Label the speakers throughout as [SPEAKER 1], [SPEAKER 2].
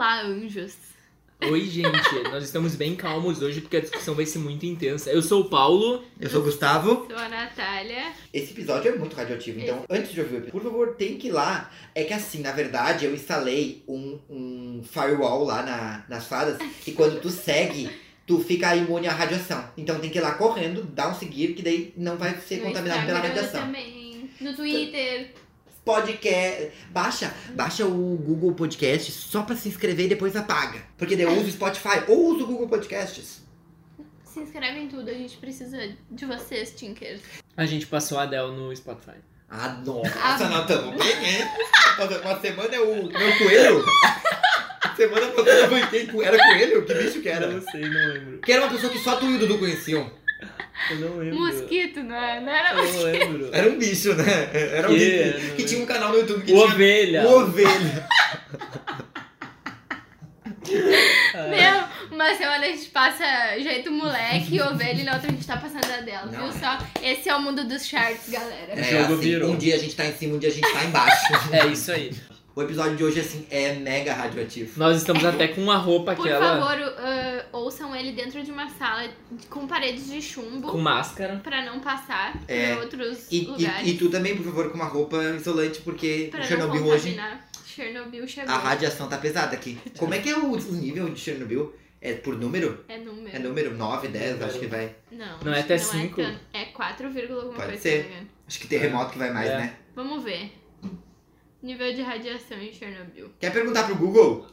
[SPEAKER 1] anjos.
[SPEAKER 2] Oi, gente, nós estamos bem calmos hoje porque a discussão vai ser muito intensa. Eu sou o Paulo.
[SPEAKER 3] Eu sou o Gustavo.
[SPEAKER 1] Sou a Natália.
[SPEAKER 3] Esse episódio é muito radioativo, então antes de ouvir o episódio, por favor, tem que ir lá. É que assim, na verdade, eu instalei um, um firewall lá na, nas fadas e quando tu segue, tu fica imune à radiação. Então tem que ir lá correndo, dar um seguir, que daí não vai ser
[SPEAKER 1] No
[SPEAKER 3] contaminado pela
[SPEAKER 1] Instagram
[SPEAKER 3] radiação.
[SPEAKER 1] também. No Twitter.
[SPEAKER 3] Podcast. Baixa, baixa o Google Podcast só pra se inscrever e depois apaga. Porque daí eu uso o Spotify ou uso o Google Podcasts.
[SPEAKER 1] Se inscreve em tudo, a gente precisa de vocês, Tinkers.
[SPEAKER 2] A gente passou a Adele no Spotify.
[SPEAKER 3] Ah,
[SPEAKER 1] Ah.
[SPEAKER 3] nossa, Natan, quem é? Nossa, Uma semana é o meu coelho? semana passada eu banquei com. Era coelho? Que bicho que
[SPEAKER 2] não
[SPEAKER 3] era?
[SPEAKER 2] sei, não lembro.
[SPEAKER 3] Que era uma pessoa que só tu e o Dudu conheciam.
[SPEAKER 2] Eu não lembro.
[SPEAKER 1] Mosquito, não é? Não
[SPEAKER 2] Eu
[SPEAKER 1] era
[SPEAKER 2] não lembro.
[SPEAKER 3] Era um bicho, né? Era um
[SPEAKER 2] Que? né?
[SPEAKER 3] bicho. Que tinha um canal no YouTube que
[SPEAKER 2] O
[SPEAKER 3] tinha.
[SPEAKER 2] Ovelha.
[SPEAKER 3] O Ovelha. É.
[SPEAKER 2] Ah,
[SPEAKER 1] Meu, uma semana a gente passa jeito moleque, ovelha, e na outra a gente tá passando a dela,
[SPEAKER 3] Não,
[SPEAKER 1] viu
[SPEAKER 3] é.
[SPEAKER 1] só? Esse é o mundo dos charts, galera.
[SPEAKER 2] O jogo virou.
[SPEAKER 3] um dia a gente tá em cima, um dia a gente tá embaixo.
[SPEAKER 2] É isso aí.
[SPEAKER 3] O episódio de hoje, assim, é mega radioativo.
[SPEAKER 2] Nós estamos até com uma roupa
[SPEAKER 1] Por
[SPEAKER 2] aquela
[SPEAKER 1] favor, uh, ouçam ele dentro de uma sala com paredes de chumbo
[SPEAKER 2] com máscara.
[SPEAKER 1] pra não passar
[SPEAKER 3] É.
[SPEAKER 1] em outros
[SPEAKER 3] E,
[SPEAKER 1] lugares.
[SPEAKER 3] e, e tu também, por favor, com uma roupa isolante, porque
[SPEAKER 1] pra
[SPEAKER 3] Chernobyl
[SPEAKER 1] não é
[SPEAKER 3] hoje
[SPEAKER 1] contaminar. Chernobyl chegou.
[SPEAKER 3] a radiação tá pesada aqui. Como é que é o o nível de Chernobyl? É por número?
[SPEAKER 1] É número.
[SPEAKER 3] É número 9, 10, acho que vai.
[SPEAKER 1] Não,
[SPEAKER 2] Não é
[SPEAKER 1] acho
[SPEAKER 2] até
[SPEAKER 1] que
[SPEAKER 2] cinco?
[SPEAKER 1] É, tanto. é 4, alguma
[SPEAKER 3] Pode
[SPEAKER 1] coisa.
[SPEAKER 3] ser.
[SPEAKER 1] se não me engano.
[SPEAKER 3] Acho que terremoto que vai mais,
[SPEAKER 2] É.
[SPEAKER 3] né?
[SPEAKER 1] Vamos ver. Nível de radiação em Chernobyl.
[SPEAKER 3] Quer perguntar pro Google?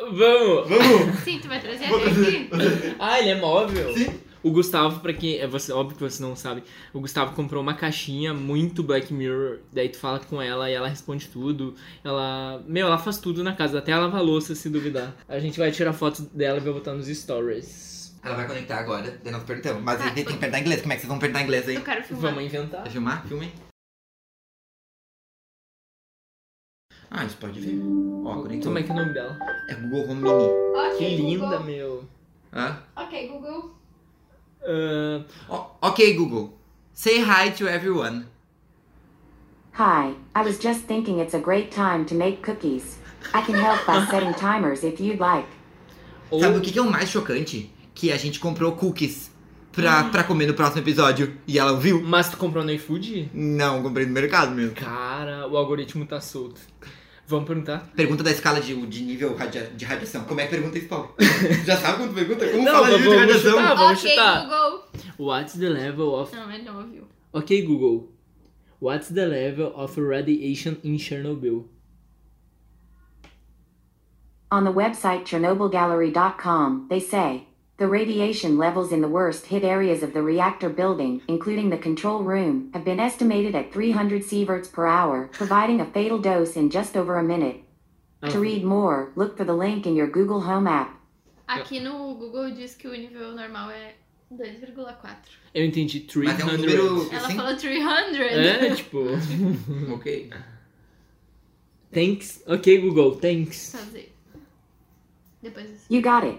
[SPEAKER 2] Vamos!
[SPEAKER 3] Vamos!
[SPEAKER 1] Sim, tu vai trazer até aqui?
[SPEAKER 2] Ah, ele é móvel?
[SPEAKER 3] Sim.
[SPEAKER 2] O Gustavo, pra quem. É você, óbvio que você não sabe. O Gustavo comprou uma caixinha muito Black Mirror. Daí tu fala com ela e ela responde tudo. Ela. Meu, ela faz tudo na casa, até lavar louça se duvidar. A gente vai tirar foto dela e vai botar nos stories.
[SPEAKER 3] Ela vai conectar agora, daí nós perguntamos. Mas
[SPEAKER 1] Ah,
[SPEAKER 3] a gente tem que perguntar em inglês. Como é que vocês vão perguntar em inglês aí?
[SPEAKER 1] Eu quero filmar.
[SPEAKER 2] Vamos inventar.
[SPEAKER 3] Quer filmar? Filme? Ah, isso pode ver. Ó, conectou.
[SPEAKER 2] Como é que é o nome dela?
[SPEAKER 3] É Google Home Mini.
[SPEAKER 1] Ok,
[SPEAKER 2] Que linda,
[SPEAKER 1] Google.
[SPEAKER 2] meu.
[SPEAKER 3] Hã?
[SPEAKER 1] Ok, Google.
[SPEAKER 2] Ah,
[SPEAKER 3] Ó, ok, Google. Say hi to everyone.
[SPEAKER 4] Hi, I was just thinking it's a great time to make cookies. I can help by setting timers if you'd like.
[SPEAKER 2] ou
[SPEAKER 3] Sabe o que, que é o mais chocante? Que a gente comprou cookies pra, pra comer no próximo episódio. E ela ouviu?
[SPEAKER 2] Mas tu comprou no iFood?
[SPEAKER 3] Não, comprei no mercado mesmo.
[SPEAKER 2] Cara, o algoritmo tá solto. Vamos perguntar?
[SPEAKER 3] Pergunta da escala de, de nível radia- de radiação. Como é que pergunta isso, Paulo? Já sabe quando pergunta? Como
[SPEAKER 2] Não,
[SPEAKER 3] fala nível de
[SPEAKER 2] vamos
[SPEAKER 3] radiação?
[SPEAKER 2] chutar. Ah, vamos
[SPEAKER 1] ok,
[SPEAKER 2] chutar.
[SPEAKER 1] Google.
[SPEAKER 2] What's the level of.
[SPEAKER 1] Não, é ele não ouviu.
[SPEAKER 2] Ok, Google. What's the level of radiation in Chernobyl?
[SPEAKER 4] On the website ChernobylGallery.com, they say the radiation levels in the worst hit areas of the reactor building, including the control room, have been estimated at 300 sieverts per hour, providing a fatal dose in just over a minute.
[SPEAKER 2] Ah,
[SPEAKER 4] To read more, look for the link in your Google Home app.
[SPEAKER 1] Aqui no Google diz que o nível normal é 2,4.
[SPEAKER 2] Eu entendi 300.
[SPEAKER 3] Mas é um número.
[SPEAKER 1] Ela
[SPEAKER 3] Sim?
[SPEAKER 1] falou 300.
[SPEAKER 2] É, tipo.
[SPEAKER 3] Ok.
[SPEAKER 2] Thanks. Ok, Google, thanks.
[SPEAKER 1] Fazer. Depois disso.
[SPEAKER 4] You got it.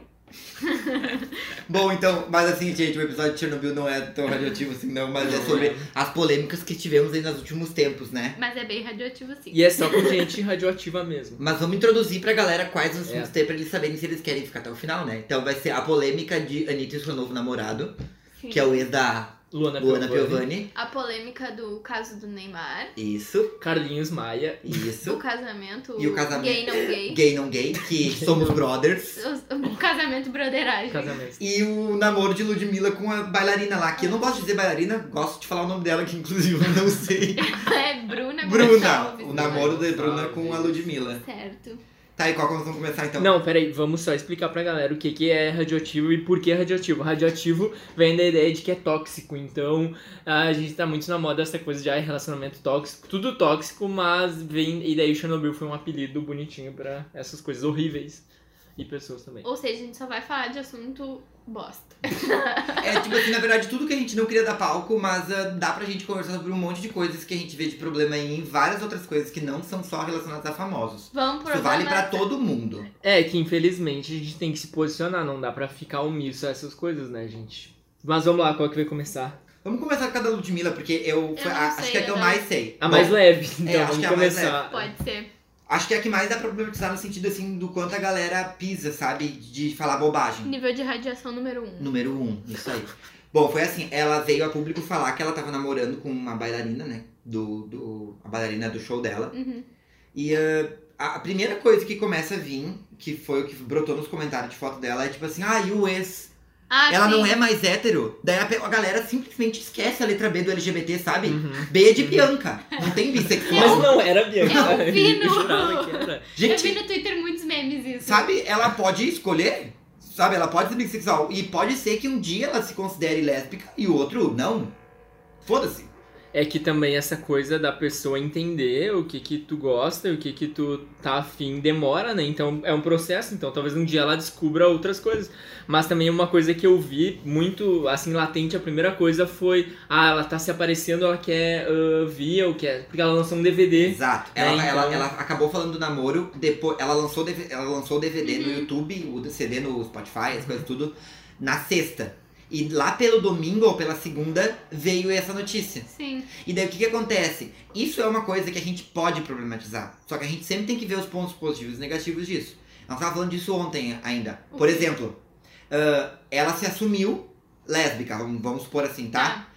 [SPEAKER 3] Bom, então, mas assim, gente, o episódio de Chernobyl não é tão radioativo assim, não. Mas é
[SPEAKER 2] Não,
[SPEAKER 3] sobre
[SPEAKER 2] é.
[SPEAKER 3] as polêmicas que tivemos aí nos últimos tempos, né?
[SPEAKER 1] Mas é bem radioativo sim.
[SPEAKER 2] E é só com gente radioativa mesmo.
[SPEAKER 3] Mas vamos introduzir pra galera quais os
[SPEAKER 2] É.
[SPEAKER 3] assuntos tem pra eles saberem se eles querem ficar até o final, né? Então vai ser a polêmica de Anitta e seu novo namorado,
[SPEAKER 1] Sim.
[SPEAKER 3] que é o ex da
[SPEAKER 2] Luana,
[SPEAKER 3] Luana
[SPEAKER 2] Piovani.
[SPEAKER 3] Piovani.
[SPEAKER 1] A polêmica do caso do Neymar.
[SPEAKER 3] Isso,
[SPEAKER 2] Carlinhos Maia.
[SPEAKER 1] O
[SPEAKER 3] isso.
[SPEAKER 1] casamento.
[SPEAKER 3] E o casamento.
[SPEAKER 1] Gay não gay.
[SPEAKER 3] Gay não gay, que somos brothers.
[SPEAKER 1] O, o casamento broderagem.
[SPEAKER 2] Casamento.
[SPEAKER 3] E o namoro de Ludmilla com a bailarina lá, que eu não gosto de dizer bailarina, gosto de falar o nome dela, que inclusive eu não sei.
[SPEAKER 1] É Bruna
[SPEAKER 3] Bruna!
[SPEAKER 1] Gonçalves,
[SPEAKER 3] O
[SPEAKER 1] né?
[SPEAKER 3] namoro da Bruna
[SPEAKER 2] Gonçalves.
[SPEAKER 3] com a Ludmilla.
[SPEAKER 1] Certo.
[SPEAKER 3] Tá, e qual que nós vamos começar então?
[SPEAKER 2] Não, peraí, vamos só explicar pra galera o que, que é radioativo e por que é radioativo. Radioativo vem da ideia de que é tóxico, então a gente tá muito na moda essa coisa de ah, relacionamento tóxico, tudo tóxico, mas vem. E daí Chernobyl foi um apelido bonitinho pra essas coisas horríveis e pessoas também.
[SPEAKER 1] Ou seja, a gente só vai falar de assunto bosta.
[SPEAKER 3] É tipo assim, na verdade, tudo que a gente não queria dar palco, mas ah, dá pra gente conversar sobre um monte de coisas que a gente vê de problema aí em várias outras coisas que não são só relacionadas a famosos.
[SPEAKER 1] Vamos pro
[SPEAKER 3] Isso vale pra
[SPEAKER 1] problema-
[SPEAKER 3] todo mundo.
[SPEAKER 2] É que infelizmente a gente tem que se posicionar, não dá pra ficar omisso a essas coisas, né, gente? Mas vamos lá, qual que vai começar?
[SPEAKER 3] Vamos começar com a da Ludmilla, porque eu,
[SPEAKER 1] Eu não
[SPEAKER 3] a-
[SPEAKER 1] sei,
[SPEAKER 3] acho que é a que eu
[SPEAKER 2] Ah,
[SPEAKER 1] eu não-
[SPEAKER 3] mais sei.
[SPEAKER 2] A mais leve, então
[SPEAKER 3] acho
[SPEAKER 2] vamos
[SPEAKER 3] que é a mais
[SPEAKER 2] começar.
[SPEAKER 1] Pode ser.
[SPEAKER 3] Acho que é a que mais dá pra problematizar no sentido, assim, do quanto a galera pisa, sabe? De falar bobagem.
[SPEAKER 1] Nível de radiação número 1. Um.
[SPEAKER 3] Número
[SPEAKER 2] Uhum.
[SPEAKER 3] um, isso aí. Bom, foi assim, ela veio a público falar que ela tava namorando com uma bailarina, né? Do, do, a bailarina do show dela.
[SPEAKER 1] Uhum.
[SPEAKER 3] E ah, a, a primeira coisa que começa a vir, que foi o que brotou nos comentários de foto dela, é tipo assim, ah, e o ex?
[SPEAKER 2] Assim.
[SPEAKER 1] Ah,
[SPEAKER 3] ela
[SPEAKER 1] sim.
[SPEAKER 3] não é mais hétero? Daí a, pe- a galera simplesmente esquece a letra B do LGBT, sabe?
[SPEAKER 2] Uhum.
[SPEAKER 3] B é de Bianca, não tem
[SPEAKER 2] Mas
[SPEAKER 3] bissexual.
[SPEAKER 2] não era a Bianca.
[SPEAKER 1] Eu vi no-
[SPEAKER 2] Eu jurava que era.
[SPEAKER 1] Eu vi
[SPEAKER 3] Gente,
[SPEAKER 1] no Twitter muitos memes isso.
[SPEAKER 3] sabe, ela pode escolher, sabe? Ela pode ser bissexual. E pode ser que um dia ela se considere lésbica e o outro não. Foda-se.
[SPEAKER 2] É que também essa coisa da pessoa entender o que que tu gosta e o que que tu tá afim demora, né? Então é um processo, então talvez um dia ela descubra outras coisas. Mas também uma coisa que eu vi muito, assim, latente, a primeira coisa foi Ah, ela tá se aparecendo, ela quer ah, via, ou quer... Porque ela lançou um DVD.
[SPEAKER 3] Exato.
[SPEAKER 2] É,
[SPEAKER 1] Né,
[SPEAKER 3] Ela,
[SPEAKER 2] então-
[SPEAKER 3] ela, ela acabou falando do namoro, depois ela lançou, o DV ela lançou o DVD no
[SPEAKER 1] Uhum.
[SPEAKER 3] YouTube, o CD no Spotify, as coisas tudo, na sexta. E lá pelo domingo ou pela segunda veio essa notícia.
[SPEAKER 1] Sim.
[SPEAKER 3] E daí o que, que acontece? Isso é uma coisa que a gente pode problematizar. Só que a gente sempre tem que ver os pontos positivos e negativos disso. Nós estávamos falando disso ontem ainda. Por exemplo, ah, ela se assumiu lésbica, vamos, vamos supor assim, tá?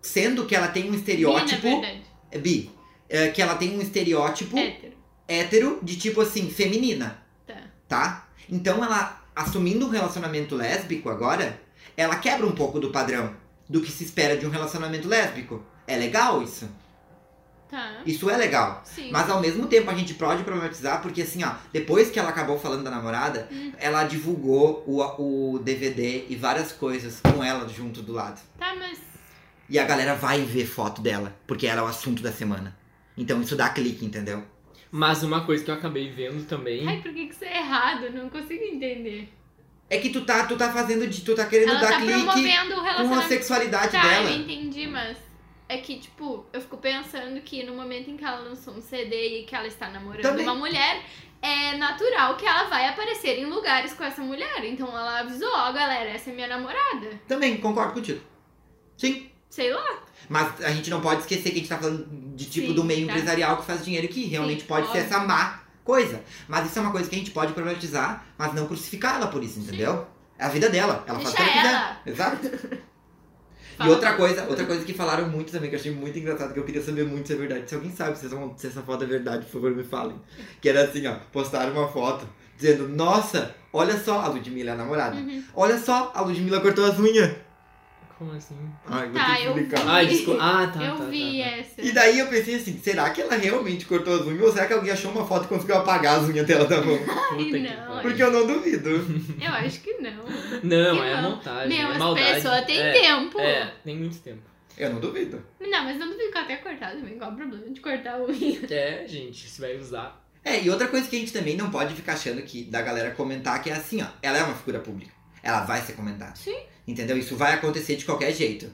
[SPEAKER 3] Sendo que ela tem um
[SPEAKER 1] Bi, na
[SPEAKER 3] estereótipo.
[SPEAKER 1] verdade. É.
[SPEAKER 3] É bi. É, que ela tem um estereótipo
[SPEAKER 1] Hétero.
[SPEAKER 3] hétero de tipo assim, feminina,
[SPEAKER 1] Tá.
[SPEAKER 3] tá? Então ela, assumindo um relacionamento lésbico agora, ela quebra um pouco do padrão do que se espera de um relacionamento lésbico. É legal isso.
[SPEAKER 1] Tá.
[SPEAKER 3] Isso é legal.
[SPEAKER 1] Sim.
[SPEAKER 3] Mas ao mesmo tempo a gente pode problematizar, porque assim, ó, depois que ela acabou falando da namorada,
[SPEAKER 1] Hum.
[SPEAKER 3] ela divulgou o, o DVD e várias coisas com ela junto do lado.
[SPEAKER 1] Tá, mas.
[SPEAKER 3] E a galera vai ver foto dela, porque ela é o assunto da semana. Então isso dá clique, entendeu?
[SPEAKER 2] Mas uma coisa que eu acabei vendo também...
[SPEAKER 1] Ai, por que, que isso é errado? Não consigo entender.
[SPEAKER 3] É que tu tá, tu tá fazendo de. Tu tá querendo
[SPEAKER 1] Ela
[SPEAKER 3] dar
[SPEAKER 1] tá
[SPEAKER 3] clique
[SPEAKER 1] promovendo o
[SPEAKER 3] com a
[SPEAKER 1] relacionamento.
[SPEAKER 3] sexualidade
[SPEAKER 1] Tá,
[SPEAKER 3] dela.
[SPEAKER 1] eu entendi, mas é que, tipo, eu fico pensando que no momento em que ela lançou um CD e que ela está namorando
[SPEAKER 3] Também.
[SPEAKER 1] uma mulher, é natural que ela vai aparecer em lugares com essa mulher. Então ela avisou, ó, galera, essa é minha namorada.
[SPEAKER 3] Também, concordo contigo. Sim.
[SPEAKER 1] Sei lá.
[SPEAKER 3] Mas a gente não pode esquecer que a gente tá falando de tipo
[SPEAKER 1] Sim,
[SPEAKER 3] do meio
[SPEAKER 1] tá.
[SPEAKER 3] empresarial que faz dinheiro e que realmente
[SPEAKER 1] Sim,
[SPEAKER 3] pode ser
[SPEAKER 1] óbvio.
[SPEAKER 3] essa má coisa. Mas isso é uma coisa que a gente pode problematizar, mas não crucificar ela por isso, entendeu? É a vida dela. Ela faz o que
[SPEAKER 1] Deixa
[SPEAKER 3] ela quiser. Exato. E
[SPEAKER 1] Fala. Uhum,
[SPEAKER 3] outra coisa, outra coisa que falaram muito também, que eu achei muito engraçado, que eu queria saber muito se é verdade. Se alguém sabe se essa, se essa foto é verdade, por favor, me falem. Que era assim, ó, postaram uma foto dizendo, nossa, olha só, a Ludmilla é a namorada.
[SPEAKER 1] Uhum.
[SPEAKER 3] Olha só, a Ludmilla cortou as unhas.
[SPEAKER 2] Como assim?
[SPEAKER 3] Ai, vou
[SPEAKER 1] Tá,
[SPEAKER 3] ter que
[SPEAKER 1] eu
[SPEAKER 3] explicar.
[SPEAKER 1] vi.
[SPEAKER 2] Ai, desculpa. Ah, tá,
[SPEAKER 1] eu
[SPEAKER 2] tá, tá,
[SPEAKER 1] vi é.
[SPEAKER 2] tá.
[SPEAKER 1] essa.
[SPEAKER 3] E daí eu pensei assim, será que ela realmente cortou as unhas? Ou será que alguém achou uma foto e conseguiu apagar as unhas dela da mão?
[SPEAKER 2] Puta que
[SPEAKER 1] não,
[SPEAKER 2] pariu.
[SPEAKER 3] Porque eu não duvido.
[SPEAKER 1] Eu acho que não.
[SPEAKER 2] Não,
[SPEAKER 1] Que
[SPEAKER 2] é
[SPEAKER 1] não.
[SPEAKER 2] montagem,
[SPEAKER 1] Meu,
[SPEAKER 2] é
[SPEAKER 1] as
[SPEAKER 2] maldade.
[SPEAKER 1] pessoas têm
[SPEAKER 2] é,
[SPEAKER 1] tempo.
[SPEAKER 2] É, tem muito tempo.
[SPEAKER 3] Eu não duvido.
[SPEAKER 1] Não, mas não duvido que ela tenha cortado também. Qual o problema de cortar o unha?
[SPEAKER 2] É, gente, se vai usar.
[SPEAKER 3] É, e outra coisa que a gente também não pode ficar achando que da galera comentar que é assim, ó. Ela é uma figura pública. Ela vai ser comentada.
[SPEAKER 1] Sim.
[SPEAKER 3] Entendeu? Isso vai acontecer de qualquer jeito.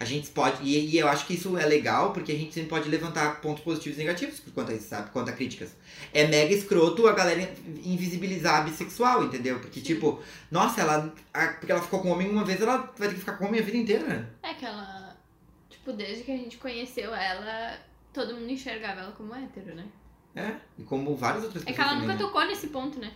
[SPEAKER 3] A gente pode. E, e eu acho que isso é legal, porque a gente sempre pode levantar pontos positivos e negativos quanto a isso, sabe? Quanto a críticas. É mega escroto a galera invisibilizar a bissexual, entendeu? Porque,
[SPEAKER 1] Sim.
[SPEAKER 3] tipo, nossa, ela. a- porque ela ficou com homem uma vez, ela vai ter que ficar com homem a vida inteira. né?
[SPEAKER 1] É que ela. Tipo, desde que a gente conheceu ela, todo mundo enxergava ela como hétero, né?
[SPEAKER 3] É. E como várias outras
[SPEAKER 1] É
[SPEAKER 3] pessoas.
[SPEAKER 1] que ela
[SPEAKER 3] também,
[SPEAKER 1] nunca
[SPEAKER 3] né?
[SPEAKER 1] tocou nesse ponto, né?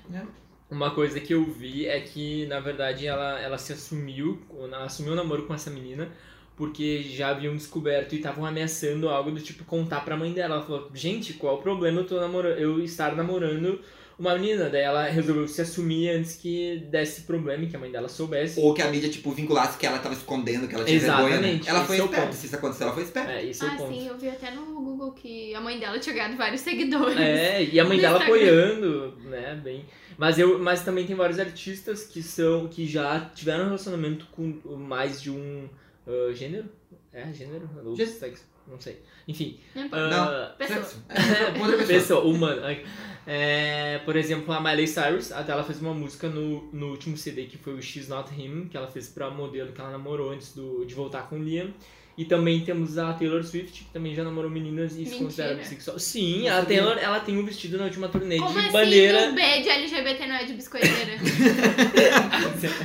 [SPEAKER 2] Uma coisa que eu vi é que, na verdade, ela, ela se assumiu, assumiu o namoro com essa menina, porque já haviam descoberto e estavam ameaçando algo do tipo contar pra mãe dela. Ela falou, gente, qual o problema eu, tô namora eu estar namorando uma menina? Daí ela resolveu se assumir antes que desse problema e que a mãe dela soubesse.
[SPEAKER 3] Ou que a mídia, tipo, vinculasse que ela tava escondendo, que ela tinha vergonha. Né?
[SPEAKER 2] Exatamente,
[SPEAKER 3] Ela
[SPEAKER 2] esse
[SPEAKER 3] foi
[SPEAKER 2] é o
[SPEAKER 3] esperta.
[SPEAKER 2] ponto.
[SPEAKER 3] Se isso aconteceu, ela foi esperta.
[SPEAKER 2] É, esse é
[SPEAKER 1] Ah,
[SPEAKER 2] o ponto.
[SPEAKER 1] sim, eu vi até no Google que a mãe dela tinha ganhado vários seguidores.
[SPEAKER 2] É, e a mãe dela
[SPEAKER 1] No
[SPEAKER 2] apoiando, né, bem. Mas eu, mas também tem vários artistas que são que já tiveram um relacionamento com mais de um ah, gênero? É, gênero? Ou
[SPEAKER 3] Gê-
[SPEAKER 2] sexo? Não sei. Enfim.
[SPEAKER 1] Não importa.
[SPEAKER 2] ah,
[SPEAKER 1] Pessoa.
[SPEAKER 3] Sexo. É, outra pessoa.
[SPEAKER 2] pessoa, humana. Ai. É, por exemplo, a Miley Cyrus, até ela fez uma música no, no último CD que foi o She's Not Him, que ela fez pra modelo que ela namorou antes do, de voltar com o Liam. E também temos a Taylor Swift, que também já namorou meninas e se
[SPEAKER 1] Mentira.
[SPEAKER 2] considera bissexual. Sim,
[SPEAKER 3] Não
[SPEAKER 2] a
[SPEAKER 3] sabia.
[SPEAKER 2] Taylor ela tem um vestido na última turnê
[SPEAKER 1] Como
[SPEAKER 2] de
[SPEAKER 1] assim
[SPEAKER 2] bandeira.
[SPEAKER 1] o B de LGBT não é de biscoiteira?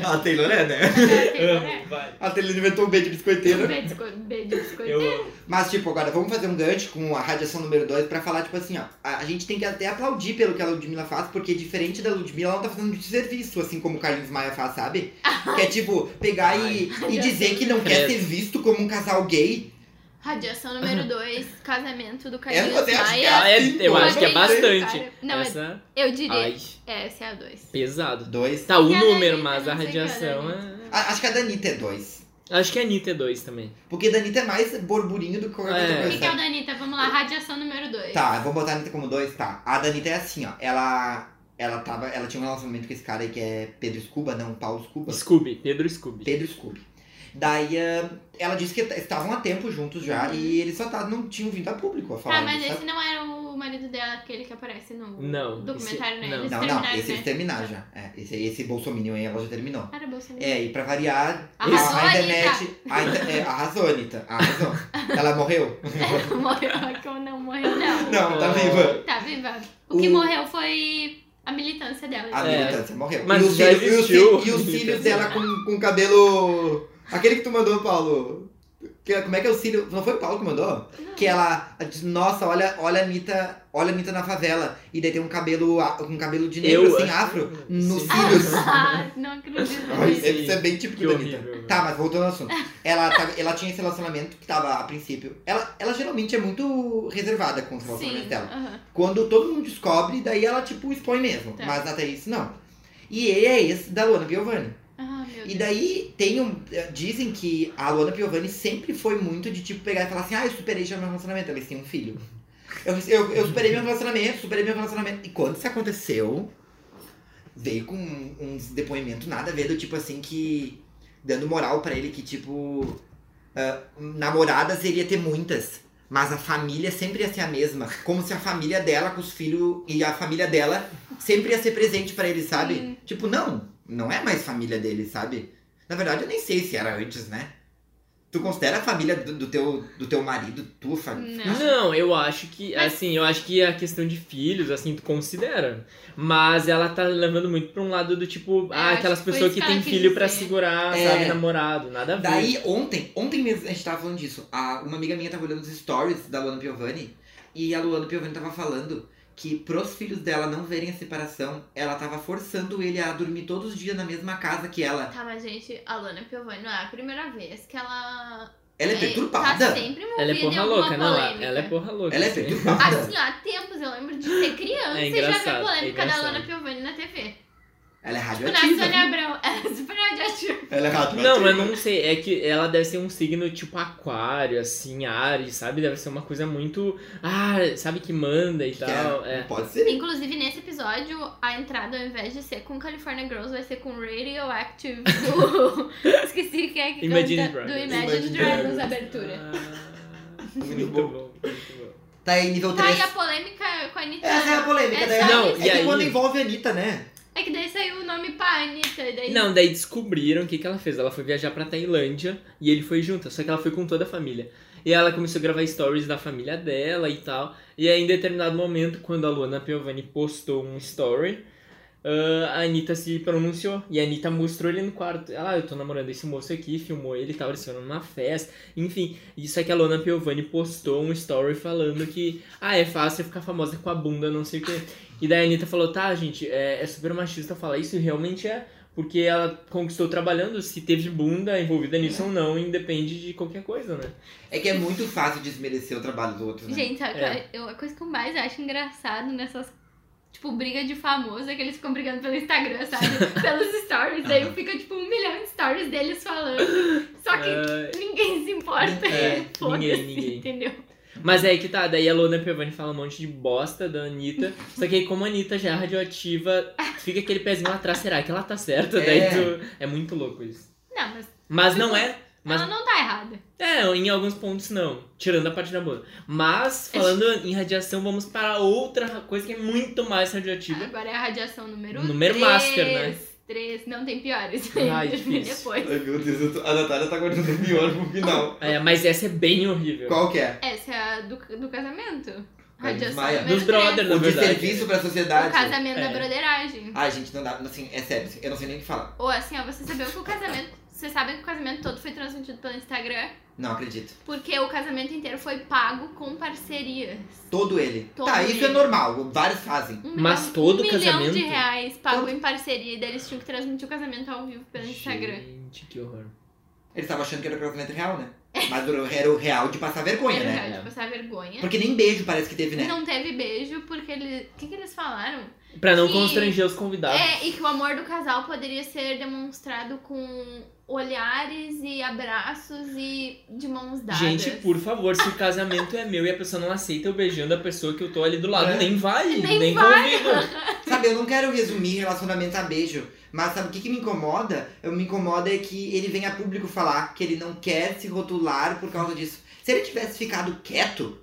[SPEAKER 3] A Taylor é, né?
[SPEAKER 1] Até agora
[SPEAKER 2] Amo, vai.
[SPEAKER 3] A Taylor inventou o B de
[SPEAKER 1] é.
[SPEAKER 3] biscoiteiro.
[SPEAKER 1] B de bisco- B de
[SPEAKER 2] Eu
[SPEAKER 1] biscoiteira.
[SPEAKER 2] amo.
[SPEAKER 3] Mas, tipo, agora vamos fazer um gancho com a radiação número 2 pra falar, tipo assim, ó. A, a gente tem que até aplaudir pelo que a Ludmilla faz, porque diferente da Ludmilla, ela não tá fazendo de serviço, assim como o Carlinhos Maia faz, sabe? Que é tipo, pegar e, e dizer que não quer
[SPEAKER 2] Credo.
[SPEAKER 3] ser visto como um casal gay.
[SPEAKER 1] Radiação número 2, casamento do
[SPEAKER 3] Eu
[SPEAKER 1] Carlinhos
[SPEAKER 3] até acho que assim?
[SPEAKER 1] Maia.
[SPEAKER 2] Ah, é- eu
[SPEAKER 1] Olha
[SPEAKER 2] acho que é
[SPEAKER 1] isso, cara.
[SPEAKER 2] bastante.
[SPEAKER 1] Não, é-
[SPEAKER 2] Essa.
[SPEAKER 1] Eu diria.
[SPEAKER 2] Ai,
[SPEAKER 1] É, essa é a 2.
[SPEAKER 2] pesado.
[SPEAKER 3] Dois.
[SPEAKER 2] Tá, o
[SPEAKER 1] Que a
[SPEAKER 2] número,
[SPEAKER 1] Anitta,
[SPEAKER 2] mas a
[SPEAKER 1] não sei
[SPEAKER 2] radiação
[SPEAKER 1] qual é a
[SPEAKER 2] é.
[SPEAKER 3] A- acho que a da Anitta é dois.
[SPEAKER 2] Acho que a Anitta é 2 também.
[SPEAKER 3] Porque a da Anitta é mais burburinho do que qualquer
[SPEAKER 2] É.
[SPEAKER 3] outra
[SPEAKER 1] O
[SPEAKER 3] coisa.
[SPEAKER 1] que, que é o da Anitta? Vamos lá, radiação número 2.
[SPEAKER 3] Tá, eu vou botar a Anitta como dois, tá. A Danita é assim, ó. Ela. Ela tava. Ela tinha um relacionamento com esse cara aí que é Pedro Scuba, não, Paulo Scuba.
[SPEAKER 2] Scooby, Pedro Scooby.
[SPEAKER 3] Pedro Scuba. Daí ah, ela disse que t- estavam há tempo juntos já
[SPEAKER 1] Uhum.
[SPEAKER 3] e eles só tá- não tinham vindo a público a falar.
[SPEAKER 1] Tá, mas
[SPEAKER 3] disso,
[SPEAKER 1] esse não era o marido dela, aquele que aparece no
[SPEAKER 2] Não,
[SPEAKER 1] documentário,
[SPEAKER 2] esse-
[SPEAKER 1] né?
[SPEAKER 2] não.
[SPEAKER 3] sabe?
[SPEAKER 1] Eles
[SPEAKER 3] Não, não,
[SPEAKER 1] terminaram,
[SPEAKER 3] esse eles
[SPEAKER 1] né?
[SPEAKER 3] terminaram já. É, esse, esse Bolsominion aí ela já terminou.
[SPEAKER 1] Era Bolsonaro.
[SPEAKER 3] É, e pra variar,
[SPEAKER 1] Arrasou,
[SPEAKER 3] a, a internet. A, inter- é, arrasou, Anitta. Arrasou. ela morreu?
[SPEAKER 1] morreu, que eu não morreu, não.
[SPEAKER 3] Não, tá viva.
[SPEAKER 1] Tá, viva. O que
[SPEAKER 3] O-
[SPEAKER 1] morreu foi a militância dela.
[SPEAKER 3] A
[SPEAKER 2] É.
[SPEAKER 3] militância morreu.
[SPEAKER 2] Mas
[SPEAKER 3] e os
[SPEAKER 2] já
[SPEAKER 3] filhos, e os fi-
[SPEAKER 2] existiu
[SPEAKER 3] e os
[SPEAKER 2] militância.
[SPEAKER 3] filhos dela com, com cabelo. Aquele que tu mandou, Paulo. Que- como é que é o cílio? Não foi o Paulo que mandou?
[SPEAKER 1] Não.
[SPEAKER 3] Que ela diz, nossa, olha, olha a Anitta, olha a Anitta na favela. E daí tem um cabelo, a- um cabelo de negro,
[SPEAKER 2] Eu
[SPEAKER 3] assim,
[SPEAKER 2] acho-
[SPEAKER 3] afro, nos
[SPEAKER 2] Sim.
[SPEAKER 3] cílios.
[SPEAKER 1] Ah, não acredito
[SPEAKER 3] Ai,
[SPEAKER 1] nisso.
[SPEAKER 2] sim.
[SPEAKER 3] Isso é bem típico
[SPEAKER 2] Que
[SPEAKER 3] da Anitta.
[SPEAKER 2] horrível. né?
[SPEAKER 3] Tá, mas voltando ao assunto. Ela, tava- ela tinha esse relacionamento que tava a princípio. Ela, ela geralmente é muito reservada com os relacionamentos
[SPEAKER 1] Sim,
[SPEAKER 3] dela.
[SPEAKER 1] aham.
[SPEAKER 3] Quando todo mundo descobre, daí ela, tipo, expõe mesmo.
[SPEAKER 1] Tá.
[SPEAKER 3] Mas até isso, não. E ele é esse da Luana Piovani.
[SPEAKER 1] Ah, meu
[SPEAKER 3] E
[SPEAKER 1] Deus.
[SPEAKER 3] daí tem um. Dizem que a Luana Piovani sempre foi muito de tipo pegar e falar assim: ah, eu superei já meu relacionamento. Eles têm um filho. Eu, eu, eu superei meu relacionamento, superei meu relacionamento. E quando isso aconteceu, veio com um- uns depoimentos nada a ver do tipo assim que. dando moral pra ele que, tipo. ah, namoradas ele ia ter muitas. Mas a família sempre ia ser a mesma. Como se a família dela, com os filhos e a família dela, sempre ia ser presente pra ele, sabe?
[SPEAKER 1] Sim.
[SPEAKER 3] Tipo, não, não é mais família dele, sabe? Na verdade, eu nem sei se era antes, né? Tu considera a família do, do teu, do teu marido, tua família?
[SPEAKER 1] Não.
[SPEAKER 2] Não, eu acho que,
[SPEAKER 1] Mas-
[SPEAKER 2] assim, eu acho que a questão de filhos, assim, tu considera. Mas ela tá levando muito pra um lado do tipo,
[SPEAKER 1] É,
[SPEAKER 2] ah,
[SPEAKER 1] acho
[SPEAKER 2] aquelas
[SPEAKER 1] que foi
[SPEAKER 2] pessoas
[SPEAKER 1] isso
[SPEAKER 2] que
[SPEAKER 1] que ela
[SPEAKER 2] têm
[SPEAKER 1] quis
[SPEAKER 2] filho pra
[SPEAKER 1] dizer.
[SPEAKER 2] segurar,
[SPEAKER 3] É.
[SPEAKER 2] sabe, namorado, nada a ver.
[SPEAKER 3] Daí, ontem, ontem mesmo a gente tava falando disso. A, uma amiga minha tava olhando os stories da Luana Piovani. E a Luana Piovani tava falando que pros filhos dela não verem a separação, ela tava forçando ele a dormir todos os dias na mesma casa que ela.
[SPEAKER 1] Tá, mas gente, a Lana Piovani não é a primeira vez que ela.
[SPEAKER 3] Ela é,
[SPEAKER 1] Tá
[SPEAKER 3] perturbada.
[SPEAKER 1] sempre envolvida
[SPEAKER 2] Ela é
[SPEAKER 1] em
[SPEAKER 2] porra
[SPEAKER 1] alguma
[SPEAKER 2] louca, não,
[SPEAKER 1] polêmica.
[SPEAKER 2] ela é porra louca.
[SPEAKER 3] Ela é
[SPEAKER 2] sim.
[SPEAKER 3] perturbada.
[SPEAKER 1] Assim, ó, há tempos eu lembro de ser criança e
[SPEAKER 2] É
[SPEAKER 1] já ver a
[SPEAKER 2] engraçado, é
[SPEAKER 1] polêmica da
[SPEAKER 2] engraçado.
[SPEAKER 1] Lana Piovani na TV.
[SPEAKER 3] ela é
[SPEAKER 1] Tipo, na Sônia
[SPEAKER 3] radioativa.
[SPEAKER 1] Abrão. É super radioativa.
[SPEAKER 3] Ela é radioativa.
[SPEAKER 2] Não, mas não sei, é que ela deve ser um signo tipo aquário, assim, Ares, sabe? Deve ser uma coisa muito, ah, sabe que manda e
[SPEAKER 3] Que
[SPEAKER 2] tal.
[SPEAKER 3] é,
[SPEAKER 2] É.
[SPEAKER 3] não Pode ser.
[SPEAKER 1] Inclusive, nesse episódio, a entrada, ao invés de ser com California Girls, vai ser com Radioactive do. Esqueci quem é que canta,
[SPEAKER 2] Imagine
[SPEAKER 1] do
[SPEAKER 2] Dragons.
[SPEAKER 1] Imagine,
[SPEAKER 3] Imagine
[SPEAKER 1] Dragons,
[SPEAKER 3] Dragons.
[SPEAKER 1] abertura.
[SPEAKER 2] Ah,
[SPEAKER 3] Muito
[SPEAKER 2] muito
[SPEAKER 3] bom.
[SPEAKER 2] bom, muito bom.
[SPEAKER 3] Tá aí, nível
[SPEAKER 1] Tá,
[SPEAKER 3] 3.
[SPEAKER 1] e a polêmica com a Anitta.
[SPEAKER 3] Essa é a polêmica,
[SPEAKER 1] É
[SPEAKER 3] daí.
[SPEAKER 1] só
[SPEAKER 2] Não,
[SPEAKER 1] isso.
[SPEAKER 2] e
[SPEAKER 3] é que
[SPEAKER 2] aí-
[SPEAKER 3] quando envolve a Anitta, né?
[SPEAKER 1] É que daí saiu o nome pra Anitta, e daí.
[SPEAKER 2] Não, daí descobriram o que, que ela fez. Ela foi viajar pra Tailândia e ele foi junto, só que ela foi com toda a família. E ela começou a gravar stories da família dela e tal. E aí, em determinado momento, quando a Luana Piovani postou um story, ah, a Anitta se pronunciou. E a Anitta mostrou ele no quarto. Ela, ah, eu tô namorando esse moço aqui, filmou ele e tal, eles foram numa festa. Enfim, isso é que a Luana Piovani postou um story falando que, ah, é fácil ficar famosa com a bunda, não sei o quê. E daí a Anitta falou, tá, gente, é, é super machista falar isso e realmente é. Porque ela conquistou trabalhando, se teve bunda envolvida nisso ou não, independe de qualquer coisa, né?
[SPEAKER 3] É que é muito fácil desmerecer o trabalho dos outros, né?
[SPEAKER 1] Gente, sabe qual
[SPEAKER 2] É.
[SPEAKER 1] é. eu, a coisa que eu mais acho engraçado nessas, tipo, briga de famoso é que eles ficam brigando pelo Instagram, sabe? Pelos stories. Daí
[SPEAKER 3] Aham.
[SPEAKER 1] fica, tipo, um milhão de stories deles falando. Só que
[SPEAKER 2] Ah,
[SPEAKER 1] ninguém se importa.
[SPEAKER 3] É,
[SPEAKER 1] Foda-se,
[SPEAKER 2] ninguém, ninguém.
[SPEAKER 1] Entendeu?
[SPEAKER 2] mas é aí que tá, daí a Lona Piovani fala um monte de bosta da Anitta. só que aí, como a Anitta já é radioativa, fica aquele pezinho lá atrás, será que ela tá certa?
[SPEAKER 3] É.
[SPEAKER 2] Daí tu. É muito louco isso.
[SPEAKER 1] Não, mas
[SPEAKER 2] Mas não é. Mas
[SPEAKER 1] ela não tá errada.
[SPEAKER 2] é, em alguns pontos não. Tirando a parte da bunda. Mas, falando em radiação, vamos para outra coisa que é muito mais radioativa.
[SPEAKER 1] Agora é a radiação número
[SPEAKER 2] Número
[SPEAKER 1] três,
[SPEAKER 2] master, né?
[SPEAKER 1] Três, não tem piores.
[SPEAKER 2] Ai, difícil.
[SPEAKER 1] Depois.
[SPEAKER 3] Ai, meu Deus, eu tô- a Natália tá guardando o pior pro final.
[SPEAKER 2] É, mas essa é bem horrível.
[SPEAKER 3] Qual que é?
[SPEAKER 1] Essa é a do, do casamento.
[SPEAKER 3] Ai,
[SPEAKER 1] Radiação
[SPEAKER 3] Maia.
[SPEAKER 1] número
[SPEAKER 2] Dos
[SPEAKER 1] três.
[SPEAKER 2] brother, né? Na
[SPEAKER 3] O de
[SPEAKER 2] verdade.
[SPEAKER 3] serviço pra
[SPEAKER 1] O
[SPEAKER 3] sociedade.
[SPEAKER 1] Um casamento
[SPEAKER 2] É.
[SPEAKER 1] da broderagem.
[SPEAKER 3] Ai, gente, não dá. Assim, é sério, assim, eu não sei nem o que falar.
[SPEAKER 1] Ou assim, ó, você sabia que o casamento. Vocês sabem que o casamento todo foi transmitido pelo Instagram.
[SPEAKER 3] Não acredito.
[SPEAKER 1] Porque o casamento inteiro foi pago com parcerias.
[SPEAKER 3] Todo ele.
[SPEAKER 1] Todo
[SPEAKER 3] tá,
[SPEAKER 1] ele.
[SPEAKER 3] isso é normal. Vários fazem.
[SPEAKER 1] Um
[SPEAKER 2] Mas
[SPEAKER 1] milhão-
[SPEAKER 2] todo
[SPEAKER 1] um milhão
[SPEAKER 2] casamento?
[SPEAKER 1] de reais pago
[SPEAKER 3] Todo-
[SPEAKER 1] em parceria. Daí eles tinham que transmitir o casamento ao vivo pelo Instagram.
[SPEAKER 2] Gente, que horror.
[SPEAKER 3] Eles estavam achando que era casamento real, né? Mas era o real de passar vergonha,
[SPEAKER 2] é.
[SPEAKER 1] Era
[SPEAKER 3] né?
[SPEAKER 1] real de passar é vergonha.
[SPEAKER 3] Porque nem beijo parece que teve, né?
[SPEAKER 1] Não teve beijo, porque eles. O que, que eles falaram?
[SPEAKER 2] Pra não
[SPEAKER 1] Que-
[SPEAKER 2] constranger os
[SPEAKER 3] Tá.
[SPEAKER 2] convidados.
[SPEAKER 1] É, e que o amor do casal poderia ser demonstrado com olhares e abraços e de mãos dadas.
[SPEAKER 2] Gente, por favor, se o casamento é meu e a pessoa não aceita eu beijando a pessoa que eu tô ali do lado,
[SPEAKER 3] É.
[SPEAKER 2] nem vai,
[SPEAKER 1] Nem
[SPEAKER 2] nem,
[SPEAKER 1] vai.
[SPEAKER 2] convido.
[SPEAKER 3] Sabe, eu não quero resumir relacionamento a beijo, mas sabe o que, que me incomoda? Eu me incomoda é que ele vem a público falar que ele não quer se rotular por causa disso. Se ele tivesse ficado quieto,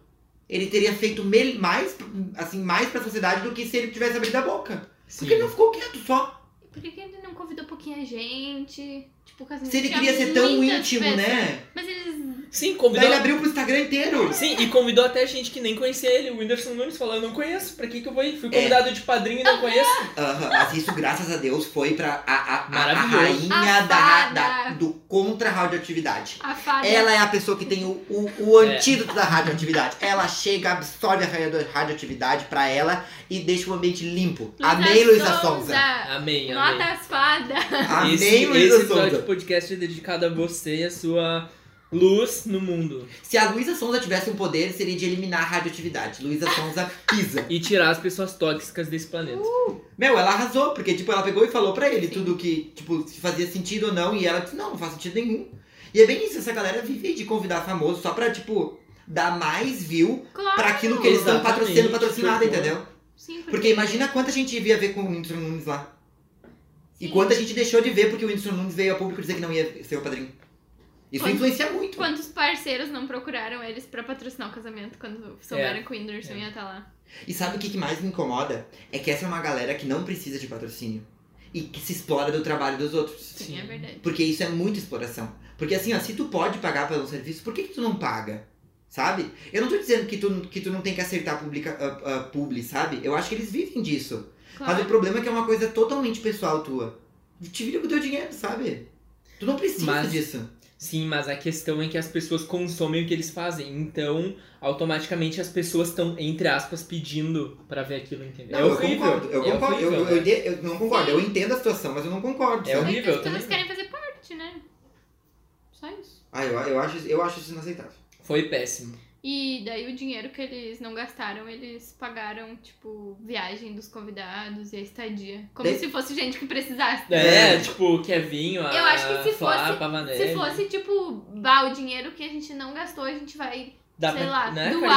[SPEAKER 3] ele teria feito mel- mais, assim, mais pra sociedade do que se ele tivesse abrido a boca. Porque ele não ficou quieto só.
[SPEAKER 1] Por que, que ele não convidou pouquinha gente? Tipo, o casamento
[SPEAKER 3] Se ele
[SPEAKER 1] tinha
[SPEAKER 3] queria ser tão
[SPEAKER 1] muitas
[SPEAKER 3] íntimo,
[SPEAKER 1] pessoas.
[SPEAKER 3] né?
[SPEAKER 1] Mas eles.
[SPEAKER 2] Sim,
[SPEAKER 3] Daí
[SPEAKER 2] convidou.
[SPEAKER 3] ele abriu pro Instagram inteiro.
[SPEAKER 2] Sim, e convidou até gente que nem conhecia ele. O Whindersson Nunes falou: Eu não conheço, pra que, que eu vou ir? Fui
[SPEAKER 3] É.
[SPEAKER 2] convidado de padrinho e não conheço.
[SPEAKER 3] Aham, mas isso, graças a Deus, foi pra a, a, a, a
[SPEAKER 2] Maravilhoso.
[SPEAKER 3] rainha
[SPEAKER 1] A
[SPEAKER 3] da, ra-
[SPEAKER 1] fada.
[SPEAKER 3] da- do contra-radioatividade.
[SPEAKER 1] A fada.
[SPEAKER 3] Ela é a pessoa que tem o, o, o
[SPEAKER 2] É.
[SPEAKER 3] antídoto da radioatividade. Ela chega, absorve a radio- radioatividade pra ela e deixa o ambiente limpo. Amei Luísa Sonza.
[SPEAKER 2] Amém, amém.
[SPEAKER 1] Nota as fadas.
[SPEAKER 3] Amei
[SPEAKER 2] esse esse
[SPEAKER 3] Luísa
[SPEAKER 2] episódio de
[SPEAKER 3] Sonza.
[SPEAKER 2] podcast é dedicado a você e a sua luz no mundo.
[SPEAKER 3] Se a Luísa Sonza tivesse um poder, seria de eliminar a radioatividade. Luísa Sonza pisa.
[SPEAKER 2] E tirar as pessoas tóxicas desse planeta.
[SPEAKER 3] Meu, ela arrasou, porque tipo, ela pegou e falou pra ele tudo que, tipo, se fazia sentido ou não. E ela disse, não, não faz sentido nenhum. E é bem isso, essa galera vive de convidar famoso só pra, tipo, dar mais view
[SPEAKER 1] Claro.
[SPEAKER 3] pra aquilo que eles estão
[SPEAKER 2] Exatamente,
[SPEAKER 3] patrocinando, patrocinado,
[SPEAKER 2] socorro.
[SPEAKER 3] entendeu?
[SPEAKER 1] Sim,
[SPEAKER 3] Porque imagina quanta gente ia ver com o Whindersson Nunes lá. E
[SPEAKER 1] Sim.
[SPEAKER 3] quanta gente deixou de ver porque o Whindersson Nunes veio ao público dizer que não ia ser o padrinho. Isso
[SPEAKER 1] Quanto-
[SPEAKER 3] influencia muito.
[SPEAKER 1] Quantos parceiros não procuraram eles pra patrocinar o casamento quando souberam que o Whindersson
[SPEAKER 2] É.
[SPEAKER 1] ia estar lá?
[SPEAKER 3] E sabe o que que mais me incomoda? É que essa é uma galera que não precisa de patrocínio. E que se explora do trabalho dos outros.
[SPEAKER 1] Sim, é verdade.
[SPEAKER 3] Porque isso é muita exploração. Porque assim, ó, se tu pode pagar pelo serviço, por que, que tu não paga? Sabe? Eu não tô dizendo que tu, que tu não tem que aceitar publica, ah, ah, publi, sabe? Eu acho que eles vivem disso. Mas o
[SPEAKER 1] Claro.
[SPEAKER 3] problema é que é uma coisa totalmente pessoal tua. Te vira com o teu dinheiro, sabe? Tu não precisa
[SPEAKER 2] Mas-
[SPEAKER 3] disso.
[SPEAKER 2] Sim, mas a questão é que as pessoas consomem o que eles fazem. Então, automaticamente as pessoas estão, entre aspas, pedindo pra ver aquilo, entendeu?
[SPEAKER 3] Não,
[SPEAKER 2] é
[SPEAKER 3] eu
[SPEAKER 2] horrível.
[SPEAKER 3] concordo. Eu
[SPEAKER 2] É
[SPEAKER 3] concordo. eu,
[SPEAKER 2] horrível,
[SPEAKER 3] eu- eu
[SPEAKER 2] né?
[SPEAKER 3] de- eu não concordo. Eu entendo a situação, mas eu não concordo.
[SPEAKER 2] É
[SPEAKER 3] sabe?
[SPEAKER 1] Mas
[SPEAKER 2] horrível,
[SPEAKER 1] As pessoas
[SPEAKER 2] também.
[SPEAKER 1] querem fazer parte, né? Só isso.
[SPEAKER 3] Ah, eu, eu, acho, eu acho isso inaceitável.
[SPEAKER 2] Foi péssimo.
[SPEAKER 1] E daí o dinheiro que eles não gastaram, eles pagaram, tipo, viagem dos convidados e a estadia. Como
[SPEAKER 3] De-
[SPEAKER 1] se fosse gente que precisasse.
[SPEAKER 2] É,
[SPEAKER 3] É.
[SPEAKER 2] tipo, Kevinho, a
[SPEAKER 1] Eu acho que se
[SPEAKER 2] Flá,
[SPEAKER 1] fosse-
[SPEAKER 2] Pavanelli.
[SPEAKER 1] Se fosse, tipo, bah, o dinheiro que a gente não gastou, a gente vai,
[SPEAKER 2] Dá
[SPEAKER 1] sei
[SPEAKER 2] pra-
[SPEAKER 1] lá,
[SPEAKER 2] né,
[SPEAKER 1] doar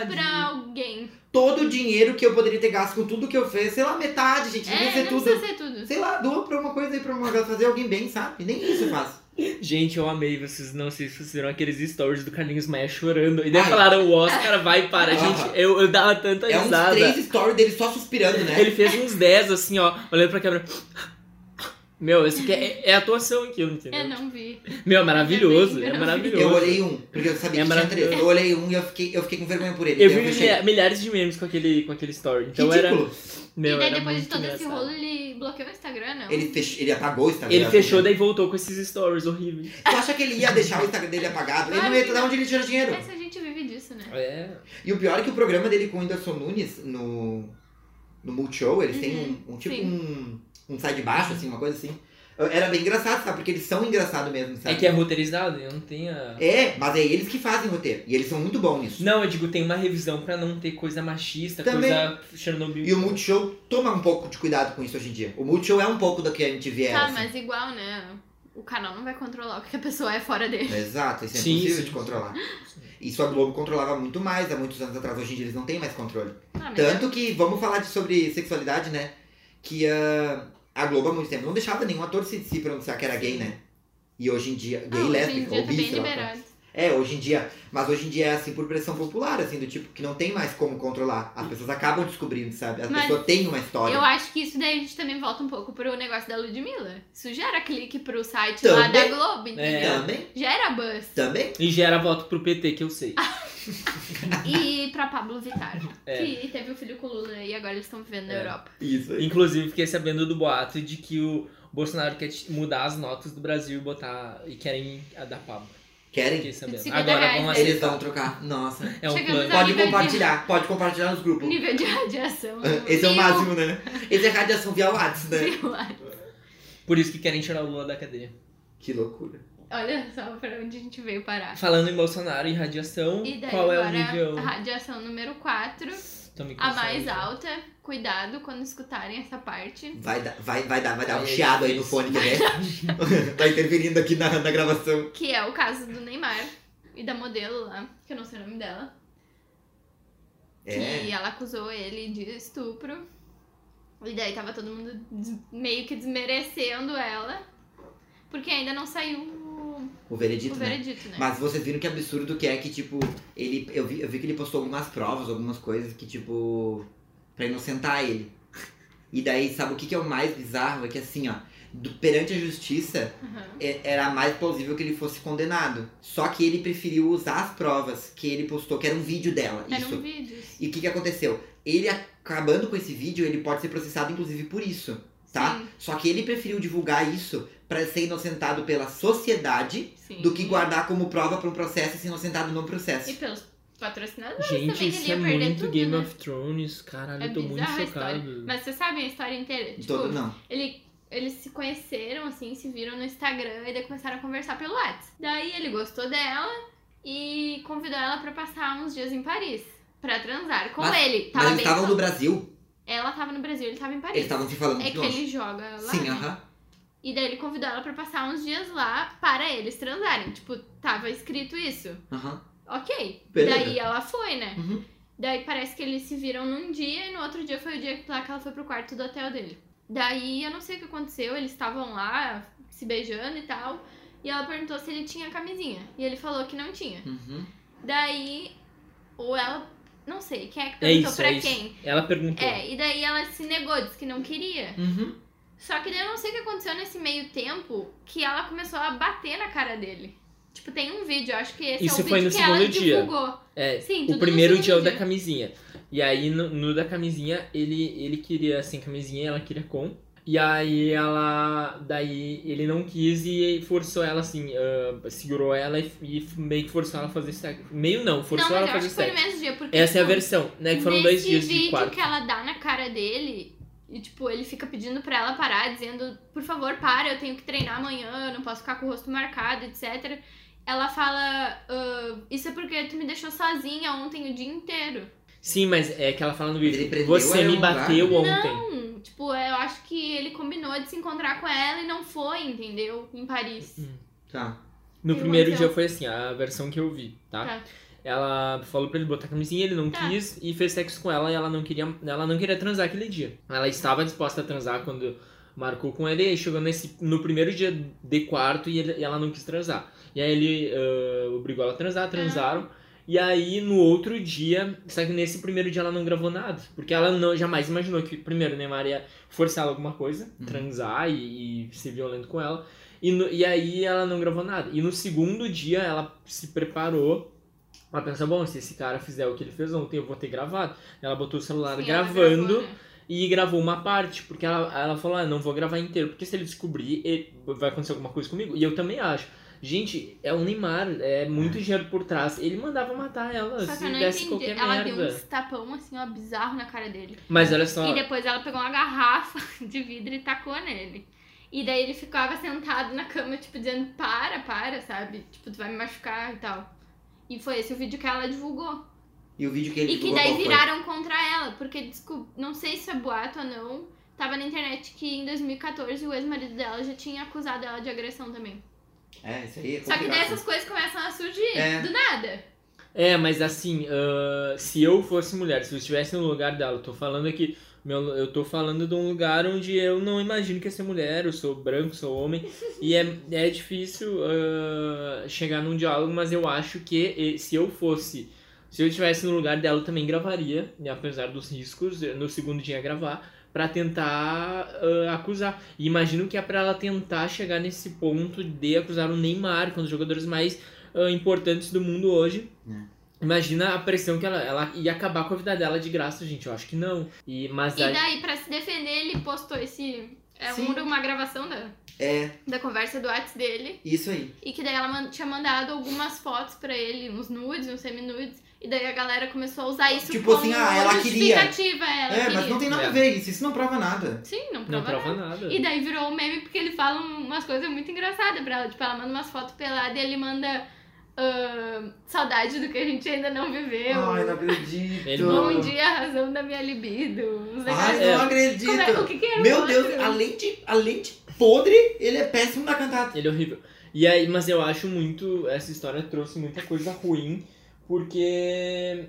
[SPEAKER 2] caridade.
[SPEAKER 1] pra alguém.
[SPEAKER 3] Todo o dinheiro que eu poderia ter gasto com tudo que eu fiz, sei lá, metade, gente. Devia
[SPEAKER 1] É,
[SPEAKER 3] ser
[SPEAKER 1] não
[SPEAKER 3] tudo.
[SPEAKER 1] precisa ser tudo.
[SPEAKER 3] Sei lá, doa pra uma coisa aí pra uma fazer alguém bem, sabe? Nem isso faz.
[SPEAKER 2] Gente, eu amei. Vocês não sei se vocês viram aqueles stories do Carlinhos Maia chorando. E daí
[SPEAKER 3] Ai.
[SPEAKER 2] falaram, o Oscar vai para.
[SPEAKER 3] Aham.
[SPEAKER 2] Gente, eu, eu dava tanta
[SPEAKER 3] É uns
[SPEAKER 2] risada.
[SPEAKER 3] três stories dele só suspirando, né?
[SPEAKER 2] Ele fez uns 10, assim, ó, olhando pra câmera. Meu, isso aqui é, é atuação aqui, entendeu?
[SPEAKER 1] Eu não vi.
[SPEAKER 2] Meu, é maravilhoso,
[SPEAKER 1] Também,
[SPEAKER 2] é
[SPEAKER 1] maravilhoso.
[SPEAKER 2] maravilhoso.
[SPEAKER 3] Eu olhei um, porque
[SPEAKER 2] É
[SPEAKER 3] eu sabia que tinha três.
[SPEAKER 2] maravilhoso.
[SPEAKER 3] Eu olhei um e eu fiquei, eu fiquei com vergonha por ele.
[SPEAKER 2] Eu
[SPEAKER 3] daí
[SPEAKER 2] vi
[SPEAKER 3] fechei.
[SPEAKER 2] milha- milhares de memes com aquele, com aquele story. Então era.
[SPEAKER 3] Ridículo.
[SPEAKER 2] Meu,
[SPEAKER 1] e daí
[SPEAKER 2] era
[SPEAKER 1] depois de
[SPEAKER 2] muito
[SPEAKER 1] todo esse
[SPEAKER 2] engraçado.
[SPEAKER 1] rolo, ele bloqueou o Instagram, não?
[SPEAKER 3] Ele, fech... ele apagou o Instagram.
[SPEAKER 2] Ele fechou, daí voltou com esses stories horríveis.
[SPEAKER 3] Tu acha que ele ia deixar o Instagram dele apagado? Ele não ia dar onde ele tira dinheiro.
[SPEAKER 1] Essa gente vive disso, né?
[SPEAKER 2] É.
[SPEAKER 3] E o pior é que o programa dele com o Whindersson Nunes no, no Multishow, eles têm um, um tipo um, um sai de baixo, assim, uma coisa assim. Era bem engraçado, sabe? Porque eles são engraçados mesmo,
[SPEAKER 2] É
[SPEAKER 3] sabe?
[SPEAKER 2] que é roteirizado, eu não tenho a.
[SPEAKER 3] É, mas é eles que fazem roteiro. E eles são muito bons nisso.
[SPEAKER 2] Não, eu digo, tem uma revisão pra não ter coisa machista,
[SPEAKER 3] Também.
[SPEAKER 2] coisa Chernobyl.
[SPEAKER 3] E o Multishow toma um pouco de cuidado com isso hoje em dia. O Multishow é um pouco do que a MTV era.
[SPEAKER 1] Tá,
[SPEAKER 3] assim.
[SPEAKER 1] mas igual, né? O canal não vai controlar o que a pessoa é fora dele.
[SPEAKER 3] Exato, isso é
[SPEAKER 2] Sim,
[SPEAKER 3] impossível
[SPEAKER 2] sim,
[SPEAKER 3] de
[SPEAKER 2] sim.
[SPEAKER 3] controlar. Isso a Globo controlava muito mais há muitos anos atrás. Hoje em dia eles não têm mais controle.
[SPEAKER 1] Ah, mas
[SPEAKER 3] Tanto que, vamos falar de- sobre sexualidade, né? Que ah, a Globo há muito tempo não deixava nenhum ator se, se pronunciar que era gay, né? E hoje em dia,
[SPEAKER 1] Ah,
[SPEAKER 3] gay,
[SPEAKER 1] hoje em
[SPEAKER 3] lésbica,
[SPEAKER 1] dia
[SPEAKER 3] ou
[SPEAKER 1] tá
[SPEAKER 3] bi,
[SPEAKER 1] bem
[SPEAKER 3] sei lá.
[SPEAKER 1] liberado.
[SPEAKER 3] É, hoje em dia. Mas hoje em dia é assim por pressão popular, assim, do tipo que não tem mais como controlar. As pessoas acabam descobrindo, sabe? As
[SPEAKER 1] Mas
[SPEAKER 3] pessoas têm uma história.
[SPEAKER 1] Eu acho que isso daí a gente também volta um pouco pro negócio da Ludmilla. Isso gera clique pro site lá da
[SPEAKER 3] Também. É.
[SPEAKER 1] Globo, entendeu?
[SPEAKER 3] Também,
[SPEAKER 1] Gera buzz.
[SPEAKER 3] também.
[SPEAKER 2] E gera voto pro PT, que eu sei.
[SPEAKER 1] E pra Pablo Vittar,
[SPEAKER 2] É.
[SPEAKER 1] que teve o filho com o Lula e agora eles estão vivendo na
[SPEAKER 2] É.
[SPEAKER 1] Europa.
[SPEAKER 3] Isso aí.
[SPEAKER 2] Inclusive, fiquei sabendo do boato de que o Bolsonaro quer t- mudar as notas do Brasil e botar. e querem a da Pablo.
[SPEAKER 3] Querem?
[SPEAKER 2] Fiquei sabendo.
[SPEAKER 1] 50
[SPEAKER 2] Agora,
[SPEAKER 1] reais,
[SPEAKER 2] vamos
[SPEAKER 1] né?
[SPEAKER 2] aceitar.
[SPEAKER 3] Eles vão trocar. Nossa.
[SPEAKER 2] É um
[SPEAKER 1] Chegamos
[SPEAKER 2] plano.
[SPEAKER 1] a-
[SPEAKER 3] Pode
[SPEAKER 1] nível de-
[SPEAKER 3] compartilhar, pode compartilhar nos grupos.
[SPEAKER 1] Nível de radiação.
[SPEAKER 3] Esse é o
[SPEAKER 1] Viu?
[SPEAKER 3] máximo, né? Esse é radiação via Whats, né?
[SPEAKER 1] Viu?
[SPEAKER 2] Por isso que querem tirar o Lula da cadeia.
[SPEAKER 3] Que loucura.
[SPEAKER 1] Olha só pra onde a gente veio parar.
[SPEAKER 2] Falando em Bolsonaro e radiação,
[SPEAKER 1] E daí
[SPEAKER 2] qual é o
[SPEAKER 1] agora,
[SPEAKER 2] nível?
[SPEAKER 1] a radiação número 4,
[SPEAKER 2] Tô me
[SPEAKER 1] a
[SPEAKER 2] coçando.
[SPEAKER 1] mais alta. Cuidado quando escutarem essa parte.
[SPEAKER 3] Vai dar, vai, vai dar, vai dar um
[SPEAKER 2] Aí,
[SPEAKER 3] chiado aí no
[SPEAKER 2] isso.
[SPEAKER 3] fone, né?
[SPEAKER 1] um
[SPEAKER 3] tá interferindo aqui na, na gravação.
[SPEAKER 1] Que é o caso do Neymar e da modelo lá, que eu não sei o nome dela.
[SPEAKER 3] É.
[SPEAKER 1] Que ela acusou ele de estupro. E daí tava todo mundo des- meio que desmerecendo ela. Porque ainda não saiu o,
[SPEAKER 3] O
[SPEAKER 1] o
[SPEAKER 3] veredito, né?
[SPEAKER 1] veredito, né?
[SPEAKER 3] Mas vocês viram que absurdo que é que, tipo, ele. Eu vi, eu vi que ele postou algumas provas, algumas coisas que, tipo. pra inocentar ele. E daí, sabe o que, que é o mais bizarro? É que assim, ó, do, perante a justiça,
[SPEAKER 1] Aham.
[SPEAKER 3] é- era mais plausível que ele fosse condenado. Só que ele preferiu usar as provas que ele postou, que era um vídeo dela.
[SPEAKER 1] Eram
[SPEAKER 3] isso.
[SPEAKER 1] vídeos.
[SPEAKER 3] E o que, que aconteceu? Ele acabando com esse vídeo, ele pode ser processado, inclusive, por isso, tá?
[SPEAKER 1] Sim,
[SPEAKER 3] Só que ele preferiu divulgar isso pra ser inocentado pela sociedade
[SPEAKER 1] sim.
[SPEAKER 3] do que guardar como prova pra um processo e ser inocentado num processo.
[SPEAKER 1] Uhum. E pelos patrocinadores
[SPEAKER 2] Gente,
[SPEAKER 1] também, que ele
[SPEAKER 2] isso é
[SPEAKER 1] ia perder
[SPEAKER 2] muito
[SPEAKER 1] tudo,
[SPEAKER 2] Game
[SPEAKER 1] né?
[SPEAKER 2] of Thrones, caralho,
[SPEAKER 1] É
[SPEAKER 2] eu tô muito
[SPEAKER 1] bizarra a história.
[SPEAKER 2] chocado.
[SPEAKER 1] Mas você sabe a história inteira? Tipo,
[SPEAKER 3] Todo, não.
[SPEAKER 1] ele, eles se conheceram, assim, se viram no Instagram e daí começaram a conversar pelo WhatsApp. Daí ele gostou dela e convidou ela pra passar uns dias em Paris. Pra transar com
[SPEAKER 3] Mas-
[SPEAKER 1] ele. Tava
[SPEAKER 3] Mas eles
[SPEAKER 1] bem
[SPEAKER 3] estavam
[SPEAKER 1] sol-
[SPEAKER 3] no Brasil,
[SPEAKER 1] Ela tava no Brasil, ele tava em Paris.
[SPEAKER 3] eles estavam se falando
[SPEAKER 1] É
[SPEAKER 3] de
[SPEAKER 1] que
[SPEAKER 3] longe.
[SPEAKER 1] ele joga lá.
[SPEAKER 3] Sim,
[SPEAKER 1] né?
[SPEAKER 3] aham.
[SPEAKER 1] E daí ele convidou ela pra passar uns dias lá para eles transarem. Tipo, tava escrito isso.
[SPEAKER 3] aham.
[SPEAKER 1] Ok.
[SPEAKER 3] Beleza.
[SPEAKER 1] Daí ela foi, né?
[SPEAKER 3] Uhum.
[SPEAKER 1] Daí parece que eles se viram num dia e no outro dia foi o dia que lá que ela foi pro quarto do hotel dele. Daí eu não sei o que aconteceu, eles estavam lá se beijando e tal. E ela perguntou se ele tinha camisinha. E ele falou que não tinha.
[SPEAKER 3] Uhum.
[SPEAKER 1] Daí, ou ela. Não sei, quem é que
[SPEAKER 2] É
[SPEAKER 1] perguntou
[SPEAKER 2] isso,
[SPEAKER 1] pra
[SPEAKER 2] é isso.
[SPEAKER 1] quem?
[SPEAKER 2] Ela perguntou.
[SPEAKER 1] É, e daí ela se negou, disse que não queria.
[SPEAKER 3] Uhum.
[SPEAKER 1] Só que daí eu não sei o que aconteceu nesse meio tempo que ela começou a bater na cara dele. Tipo, tem um vídeo, eu acho que esse
[SPEAKER 2] Isso
[SPEAKER 1] é o
[SPEAKER 2] foi
[SPEAKER 1] vídeo
[SPEAKER 2] no
[SPEAKER 1] que ela
[SPEAKER 2] segundo dia.
[SPEAKER 1] divulgou.
[SPEAKER 2] É,
[SPEAKER 1] Sim, tudo
[SPEAKER 2] o
[SPEAKER 1] no
[SPEAKER 2] primeiro
[SPEAKER 1] segundo
[SPEAKER 2] dia é o da
[SPEAKER 1] dia.
[SPEAKER 2] camisinha. E aí, no, no da camisinha, ele, ele queria sem camisinha, ela queria com. E aí ela. Daí ele não quis e forçou ela assim. ah, segurou ela e, e meio que forçou ela a fazer sexo. Meio não, forçou
[SPEAKER 1] não, mas eu
[SPEAKER 2] ela a
[SPEAKER 1] acho
[SPEAKER 2] fazer
[SPEAKER 1] que foi no
[SPEAKER 2] sexo.
[SPEAKER 1] mesmo dia, porque.
[SPEAKER 2] Essa é a
[SPEAKER 1] tipo,
[SPEAKER 2] versão, né? Que foram dois
[SPEAKER 1] nesse
[SPEAKER 2] dias
[SPEAKER 1] vídeo
[SPEAKER 2] de quarto.
[SPEAKER 1] que ela dá na cara dele, e tipo, ele fica pedindo pra ela parar, dizendo, por favor, para, eu tenho que treinar amanhã, eu não posso ficar com o rosto marcado, etc. Ela fala, "Ah, isso é porque tu me deixou sozinha ontem o dia inteiro.
[SPEAKER 2] Sim, mas é que ela fala no
[SPEAKER 3] Ele
[SPEAKER 2] vídeo.
[SPEAKER 3] prendeu
[SPEAKER 2] Você
[SPEAKER 3] ela em
[SPEAKER 2] me
[SPEAKER 3] um lugar?"
[SPEAKER 2] bateu
[SPEAKER 1] Não.
[SPEAKER 2] ontem.
[SPEAKER 1] Hum, tipo, eu acho que ele combinou de se encontrar com ela e não foi, entendeu? Em
[SPEAKER 2] Hum,
[SPEAKER 1] Paris.
[SPEAKER 3] Tá.
[SPEAKER 2] No
[SPEAKER 1] Ele
[SPEAKER 2] primeiro
[SPEAKER 1] manteve.
[SPEAKER 2] dia foi assim, a versão que eu vi, tá?
[SPEAKER 1] Tá.
[SPEAKER 2] Ela falou pra ele botar camisinha, ele não
[SPEAKER 1] Tá.
[SPEAKER 2] quis e fez sexo com ela e ela não queria, ela não queria transar aquele dia. Ela estava disposta a transar quando marcou com ele e aí chegou nesse no primeiro dia de quarto e, ele- e ela não quis transar. E aí ele ah, obrigou ela a transar, transaram.
[SPEAKER 1] Ah.
[SPEAKER 2] E aí, no outro dia, só que nesse primeiro dia ela não gravou nada. Porque ela não jamais imaginou que, primeiro, o Neymar ia forçar ela alguma coisa,
[SPEAKER 3] Uhum.
[SPEAKER 2] transar e, e ser violento com ela. E, no- e aí ela não gravou nada. E no segundo dia ela se preparou. Ela pensou, bom, se esse cara fizer o que ele fez ontem, eu vou ter gravado. Ela botou o celular
[SPEAKER 1] Sim, ela
[SPEAKER 2] gravando
[SPEAKER 1] gravou, né?
[SPEAKER 2] e gravou uma parte, porque ela, ela falou, ah, não vou gravar inteiro, porque se ele descobrir, ele- vai acontecer alguma coisa comigo. E eu também acho. Gente, é o Neymar, é muito dinheiro por trás. Ele mandava matar ela
[SPEAKER 1] Só que
[SPEAKER 2] se
[SPEAKER 1] eu não
[SPEAKER 2] desse
[SPEAKER 1] entendi.
[SPEAKER 2] qualquer
[SPEAKER 1] Ela
[SPEAKER 2] merda.
[SPEAKER 1] deu uns tapão assim, ó, bizarro na cara dele.
[SPEAKER 2] Mas olha só,
[SPEAKER 1] E depois ela pegou uma garrafa de vidro e tacou nele. E daí ele ficava sentado na cama, tipo, dizendo, para, para, sabe? Tipo, tu vai me machucar e tal. E foi esse o vídeo que ela divulgou.
[SPEAKER 3] E o vídeo que ele
[SPEAKER 1] E que
[SPEAKER 3] divulgou
[SPEAKER 1] daí
[SPEAKER 3] qual foi?
[SPEAKER 1] viraram contra ela, porque, desculpa, não sei se é boato ou não, tava na internet que em 2014 o ex-marido dela já tinha acusado ela de agressão também.
[SPEAKER 3] É, isso aí. É
[SPEAKER 1] Só que daí
[SPEAKER 3] complicado.
[SPEAKER 1] essas coisas começam a surgir,
[SPEAKER 3] É.
[SPEAKER 1] do nada.
[SPEAKER 2] É, mas assim, ah, se eu fosse mulher, se eu estivesse no lugar dela, eu tô falando aqui, meu, eu tô falando de um lugar onde eu não imagino que ia ser mulher, eu sou branco, sou homem, e é, é difícil ah, chegar num diálogo, mas eu acho que eh, se eu fosse, se eu estivesse no lugar dela, eu também gravaria, né, apesar dos riscos, eh, no segundo dia gravar, pra tentar ah, acusar. E imagino que é pra ela tentar chegar nesse ponto de acusar o Neymar, que é um dos jogadores mais ah, importantes do mundo hoje. Imagina a pressão que ela, ela ia acabar com a vida dela de graça, gente. Eu acho que não. E, mas
[SPEAKER 1] E
[SPEAKER 2] aí-
[SPEAKER 1] daí, pra se defender, ele postou esse, É
[SPEAKER 3] Sim.
[SPEAKER 1] um- uma gravação da,
[SPEAKER 3] É,
[SPEAKER 1] da conversa do Whats dele.
[SPEAKER 3] isso aí.
[SPEAKER 1] E que daí ela man- tinha mandado algumas fotos pra ele, uns nudes, uns semi-nudes. E daí a galera começou a usar isso
[SPEAKER 3] Tipo
[SPEAKER 1] como
[SPEAKER 3] assim, ah,
[SPEAKER 1] uma
[SPEAKER 3] ela queria.
[SPEAKER 1] justificativa. Ela
[SPEAKER 3] é,
[SPEAKER 1] queria.
[SPEAKER 3] mas não tem nada
[SPEAKER 2] É.
[SPEAKER 3] a ver isso. Isso não prova nada.
[SPEAKER 1] Sim, não prova,
[SPEAKER 2] Não prova
[SPEAKER 1] nada.
[SPEAKER 2] nada.
[SPEAKER 1] E daí virou um meme porque ele fala um, umas coisas muito engraçadas pra ela. Tipo, ela manda umas fotos peladas e ele manda ah, saudade do que a gente ainda não viveu.
[SPEAKER 3] Ai, não acredito.
[SPEAKER 2] Ele
[SPEAKER 1] Bom dia, a razão da minha libido. Uns
[SPEAKER 3] Ai,
[SPEAKER 1] negócios.
[SPEAKER 2] É.
[SPEAKER 3] não acredito.
[SPEAKER 1] Como é- o que que era o
[SPEAKER 3] Meu
[SPEAKER 1] outro?
[SPEAKER 3] Deus, além de, além de podre, ele é péssimo na cantata.
[SPEAKER 2] Ele é horrível. E aí, mas eu acho muito. Essa história trouxe muita coisa ruim, porque.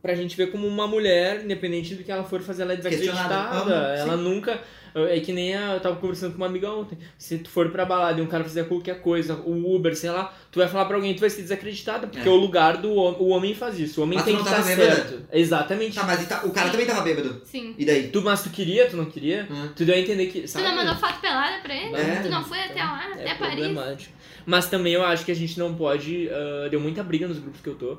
[SPEAKER 2] Pra gente ver como uma mulher, independente do que ela for fazer, ela é
[SPEAKER 3] Questionada.
[SPEAKER 2] desacreditada.
[SPEAKER 3] Aham,
[SPEAKER 2] ela nunca. É que nem a- eu tava conversando com uma amiga ontem. Se tu for pra balada e um cara fizer qualquer coisa, o Uber, sei lá, tu vai falar pra alguém, tu vai ser desacreditada, porque
[SPEAKER 3] É.
[SPEAKER 2] o lugar do homem. O homem faz isso. O homem
[SPEAKER 3] Mas
[SPEAKER 2] tem que
[SPEAKER 3] tu não
[SPEAKER 2] estar
[SPEAKER 3] tava bêbada?
[SPEAKER 2] certo. Exatamente.
[SPEAKER 3] Tá, mas e tá- o cara também tava bêbado.
[SPEAKER 1] Sim.
[SPEAKER 3] E daí?
[SPEAKER 2] Tu, mas tu queria, tu não queria?
[SPEAKER 3] Hum.
[SPEAKER 2] Tu deu a entender que.
[SPEAKER 1] Tu
[SPEAKER 2] Sabe?
[SPEAKER 1] não mandou foto pelada pra ele?
[SPEAKER 3] É.
[SPEAKER 1] Tu não foi até lá,
[SPEAKER 2] É
[SPEAKER 1] até Paris?
[SPEAKER 2] problemático. Mas também eu acho que a gente não pode. ah, deu muita briga nos grupos que eu tô.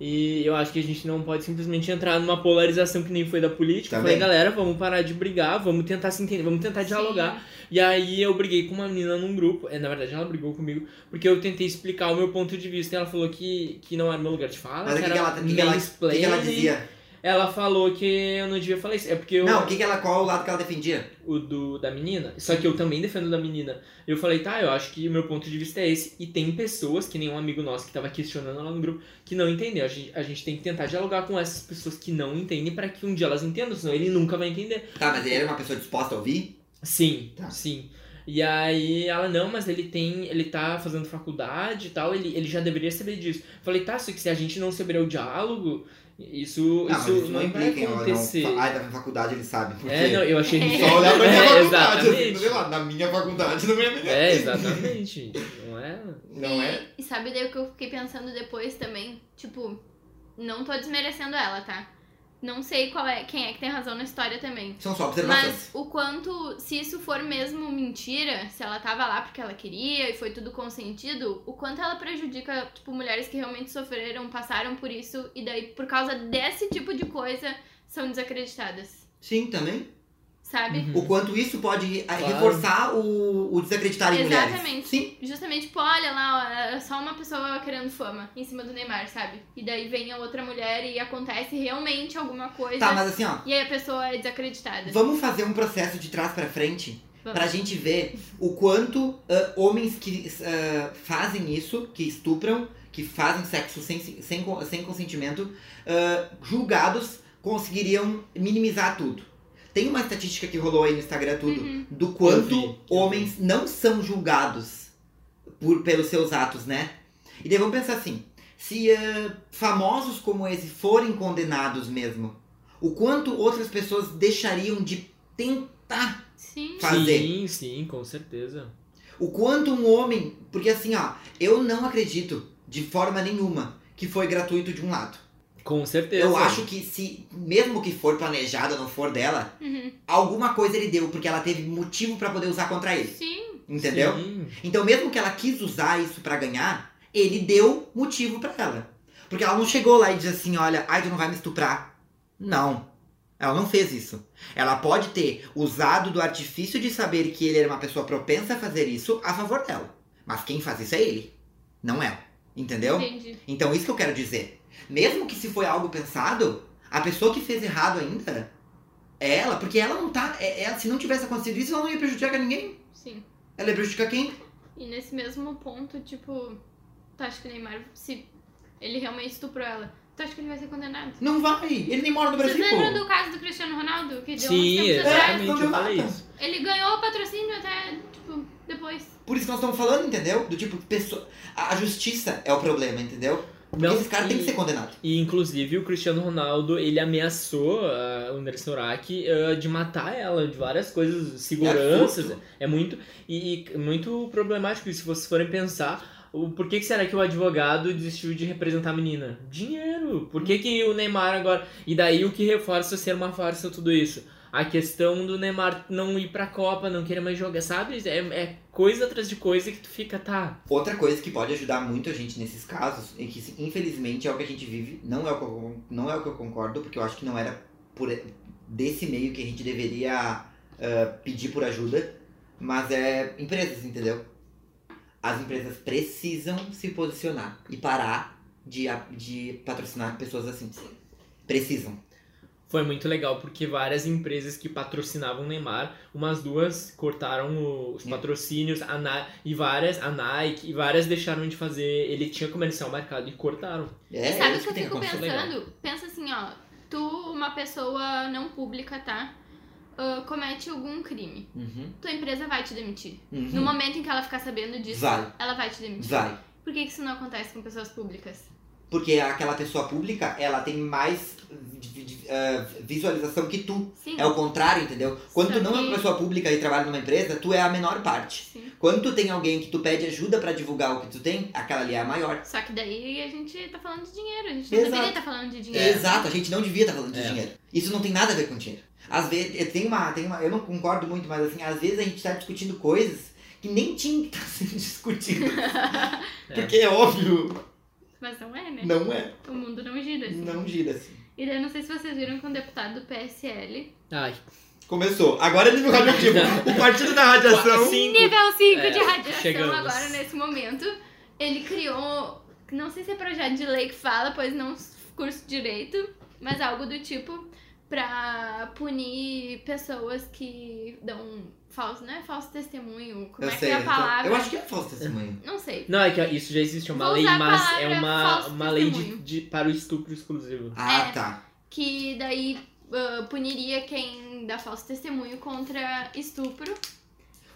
[SPEAKER 2] E eu acho que a gente não pode simplesmente entrar numa polarização que nem foi da política. Eu Falei,
[SPEAKER 3] Também.
[SPEAKER 2] galera, vamos parar de brigar, vamos tentar se entender, vamos tentar dialogar. E aí eu briguei com uma menina num grupo. É, na verdade, ela brigou comigo, porque eu tentei explicar o meu ponto de vista. E ela falou que, que não era meu lugar de fala.
[SPEAKER 3] Mas o que,
[SPEAKER 2] era
[SPEAKER 3] que ela, o que, que ela, o que que ela
[SPEAKER 2] mansplaining.
[SPEAKER 3] dizia?
[SPEAKER 2] Ela falou que eu não devia falar isso. É porque eu.
[SPEAKER 3] Não, o que, que ela, qual o lado que ela defendia?
[SPEAKER 2] o do, da menina. Só que eu também defendo da menina. Eu falei, tá, eu acho que o meu ponto de vista é esse. E tem pessoas, que nem um amigo nosso que tava questionando lá no grupo, que não entendeu. A gente, a gente tem que tentar dialogar com essas pessoas que não entendem pra que um dia elas entendam, senão ele nunca vai entender.
[SPEAKER 3] Tá, mas ele era uma pessoa disposta a ouvir?
[SPEAKER 2] Sim,
[SPEAKER 3] Tá.
[SPEAKER 2] sim. E aí ela, não, mas ele tem. Ele tá fazendo faculdade e tal, ele, ele já deveria saber disso. Eu falei, tá, só que se a gente não souber o diálogo, isso, isso,
[SPEAKER 3] Não, Tá, mas isso não
[SPEAKER 2] vai
[SPEAKER 3] implica em ela não.
[SPEAKER 2] acontecer.
[SPEAKER 3] fa- Ai, tá na faculdade, ele sabe. Por
[SPEAKER 2] é,
[SPEAKER 3] quê?
[SPEAKER 2] não, eu achei
[SPEAKER 3] Só olhar pra minha
[SPEAKER 2] É,
[SPEAKER 3] faculdade. assim,
[SPEAKER 2] exatamente.
[SPEAKER 3] Sei lá, na minha faculdade, não é minha.
[SPEAKER 2] É, exatamente. Não é?
[SPEAKER 3] Não
[SPEAKER 1] e,
[SPEAKER 3] é?
[SPEAKER 1] e sabe daí o que eu fiquei pensando depois também? Tipo, não tô desmerecendo ela, tá? Não sei qual é, quem é que tem razão na história também.
[SPEAKER 3] São só
[SPEAKER 1] Mas
[SPEAKER 3] observações.
[SPEAKER 1] o quanto, se isso for mesmo mentira, se ela tava lá porque ela queria e foi tudo consentido, o quanto ela prejudica, tipo, mulheres que realmente sofreram, passaram por isso e daí, por causa desse tipo de coisa, são desacreditadas,
[SPEAKER 3] Sim, também.
[SPEAKER 1] sabe?
[SPEAKER 2] Uhum.
[SPEAKER 3] O quanto isso pode ah,
[SPEAKER 2] Claro.
[SPEAKER 3] reforçar o, o desacreditar em mulheres.
[SPEAKER 1] Exatamente.
[SPEAKER 3] Sim.
[SPEAKER 1] Justamente, tipo, olha lá, ó, é só uma pessoa querendo fama em cima do Neymar, sabe? E daí vem a outra mulher e acontece realmente alguma coisa.
[SPEAKER 3] Tá, mas assim, ó.
[SPEAKER 1] E aí a pessoa é desacreditada.
[SPEAKER 3] Vamos fazer um processo de trás pra frente
[SPEAKER 1] Vamos.
[SPEAKER 3] pra gente ver o quanto ah, homens que ah, fazem isso, que estupram, que fazem sexo sem, sem, con- sem consentimento, ah, julgados conseguiriam minimizar tudo. Tem uma estatística que rolou aí no Instagram tudo
[SPEAKER 1] Uhum.
[SPEAKER 3] do
[SPEAKER 2] Eu
[SPEAKER 3] quanto
[SPEAKER 2] vi, eu
[SPEAKER 3] homens não são julgados por, pelos seus atos, né? E daí vamos pensar assim: se ah, famosos como esse forem condenados mesmo, o quanto outras pessoas deixariam de tentar
[SPEAKER 1] Sim.
[SPEAKER 3] fazer?
[SPEAKER 2] Sim, sim, com certeza.
[SPEAKER 3] O quanto um homem. Porque assim, ó, eu não acredito de forma nenhuma que foi gratuito de um lado.
[SPEAKER 2] Com certeza.
[SPEAKER 3] Eu acho que se, mesmo que for planejado, não for dela,
[SPEAKER 1] Uhum.
[SPEAKER 3] alguma coisa ele deu, porque ela teve motivo pra poder usar contra ele.
[SPEAKER 1] Sim.
[SPEAKER 3] Entendeu?
[SPEAKER 2] Sim.
[SPEAKER 3] Então, mesmo que ela quis usar isso pra ganhar, ele deu motivo pra ela. Porque ela não chegou lá e disse assim, olha, ai, tu não vai me estuprar. Não. Ela não fez isso. Ela pode ter usado do artifício de saber que ele era uma pessoa propensa a fazer isso a favor dela. Mas quem faz isso é ele, não ela. Entendeu?
[SPEAKER 1] Entendi.
[SPEAKER 3] Então, isso que eu quero dizer. Mesmo que se foi algo pensado, a pessoa que fez errado ainda é ela, porque ela não tá. é- ela- se não tivesse acontecido isso, ela não ia prejudicar ninguém.
[SPEAKER 1] Sim.
[SPEAKER 3] Ela ia prejudicar quem?
[SPEAKER 1] E nesse mesmo ponto, tipo, tu acha que o Neymar, se ele realmente estuprou ela, tu acha que ele vai ser condenado?
[SPEAKER 3] Não vai. Ele nem mora no
[SPEAKER 1] Vocês
[SPEAKER 3] Brasil,
[SPEAKER 1] lembram
[SPEAKER 3] pô.
[SPEAKER 1] do caso do Cristiano Ronaldo? Que deu
[SPEAKER 2] Sim,
[SPEAKER 1] uns tempos atrás?
[SPEAKER 3] É, não
[SPEAKER 2] exatamente,
[SPEAKER 3] deu
[SPEAKER 2] eu falei
[SPEAKER 3] nada.
[SPEAKER 2] isso.
[SPEAKER 1] Ele ganhou o patrocínio até, tipo, depois.
[SPEAKER 3] Por isso que nós estamos falando, entendeu? Do tipo, pessoa... a a justiça é o problema, entendeu? Porque
[SPEAKER 2] Não,
[SPEAKER 3] esses caras têm que
[SPEAKER 2] e-
[SPEAKER 3] ser condenados.
[SPEAKER 2] E inclusive o Cristiano Ronaldo, ele ameaçou a o André Soraki ah, de matar ela, de várias coisas, seguranças.
[SPEAKER 3] É
[SPEAKER 2] É muito. E, e muito problemático isso, se vocês forem pensar. O, por que, que será que o advogado desistiu de representar a menina? Dinheiro. Por que, que o Neymar agora. E daí o que reforça ser uma farsa tudo isso? A questão do Neymar não ir pra Copa, não querer mais jogar, sabe? É, é coisa atrás de coisa que tu fica, tá.
[SPEAKER 3] Outra coisa que pode ajudar muito a gente nesses casos, e que se- infelizmente é o que a gente vive, não é o que eu, con- não é o que eu concordo, porque eu acho que não era por desse meio que a gente deveria ah, pedir por ajuda, mas é empresas, entendeu? As empresas precisam se posicionar e parar de, a- de patrocinar pessoas assim. Precisam.
[SPEAKER 2] Foi muito legal porque várias empresas que patrocinavam o Neymar, umas duas cortaram o- os
[SPEAKER 3] É.
[SPEAKER 2] patrocínios, a Na- e várias, a Nike, e várias deixaram de fazer. Ele tinha comercial marcado e cortaram.
[SPEAKER 3] É,
[SPEAKER 1] Sabe
[SPEAKER 3] é
[SPEAKER 1] o que
[SPEAKER 3] isso
[SPEAKER 1] eu
[SPEAKER 3] tem
[SPEAKER 1] fico
[SPEAKER 2] acontecido
[SPEAKER 3] acontecido.
[SPEAKER 2] legal.
[SPEAKER 1] pensando? Pensa assim, ó. Tu, uma pessoa não pública, tá? Ah, comete algum crime.
[SPEAKER 3] Uhum,
[SPEAKER 1] Tua empresa vai te demitir.
[SPEAKER 3] uhum.
[SPEAKER 1] No momento em que ela ficar sabendo disso, né?
[SPEAKER 3] Vai.
[SPEAKER 1] ela vai te demitir.
[SPEAKER 3] Vai.
[SPEAKER 1] Por que que isso não acontece com pessoas públicas?
[SPEAKER 3] Porque aquela pessoa pública, ela tem mais vi- vi- ah, visualização que tu.
[SPEAKER 1] Sim.
[SPEAKER 3] É o contrário, entendeu? Quando
[SPEAKER 1] Só
[SPEAKER 3] tu não é
[SPEAKER 1] que-
[SPEAKER 3] uma pessoa pública e trabalha numa empresa, tu é a menor parte.
[SPEAKER 1] Sim.
[SPEAKER 3] Quando tu tem alguém que tu pede ajuda pra divulgar o que tu tem, aquela ali é a maior.
[SPEAKER 1] Só que daí a gente tá falando de dinheiro. A gente não
[SPEAKER 3] Exato.
[SPEAKER 1] deveria estar falando de dinheiro.
[SPEAKER 3] Exato, a gente não devia estar falando de
[SPEAKER 2] É.
[SPEAKER 3] dinheiro. Isso não tem nada a ver com dinheiro. Às vezes, eh, tem uma, tem uma. Eu não concordo muito, mas assim, às vezes a gente tá discutindo coisas que nem tinha que estar sendo discutido.
[SPEAKER 2] É.
[SPEAKER 3] Porque é óbvio,
[SPEAKER 1] Mas não é, né?
[SPEAKER 3] não é.
[SPEAKER 1] O mundo não gira assim.
[SPEAKER 3] Não gira assim.
[SPEAKER 1] E daí eu não sei se vocês viram que um deputado do PSL.
[SPEAKER 2] É. Ai,
[SPEAKER 3] Começou. Agora ele nível radioativo. o partido da radiação.
[SPEAKER 2] Cinco-
[SPEAKER 1] Nível 5
[SPEAKER 2] É,
[SPEAKER 1] de radiação
[SPEAKER 2] chegamos.
[SPEAKER 1] agora, nesse momento. Ele criou. Não sei se é projeto de lei que fala, pois não curso direito, mas algo do tipo pra punir pessoas que dão falso, não é falso testemunho, como
[SPEAKER 3] Eu
[SPEAKER 1] é
[SPEAKER 3] sei,
[SPEAKER 1] que é
[SPEAKER 3] eu
[SPEAKER 1] a
[SPEAKER 3] tô-
[SPEAKER 1] palavra?
[SPEAKER 3] eu acho que é falso testemunho.
[SPEAKER 1] Não sei.
[SPEAKER 2] Não, é que isso já existe, é uma
[SPEAKER 1] Vou
[SPEAKER 2] lei,
[SPEAKER 1] usar a
[SPEAKER 2] mas é
[SPEAKER 1] palavra
[SPEAKER 2] uma,
[SPEAKER 1] falso
[SPEAKER 2] uma lei de,
[SPEAKER 1] testemunho.
[SPEAKER 2] de- para o estupro exclusivo.
[SPEAKER 3] Ah,
[SPEAKER 1] É.
[SPEAKER 3] tá.
[SPEAKER 1] que daí ah, puniria quem dá falso testemunho contra estupro.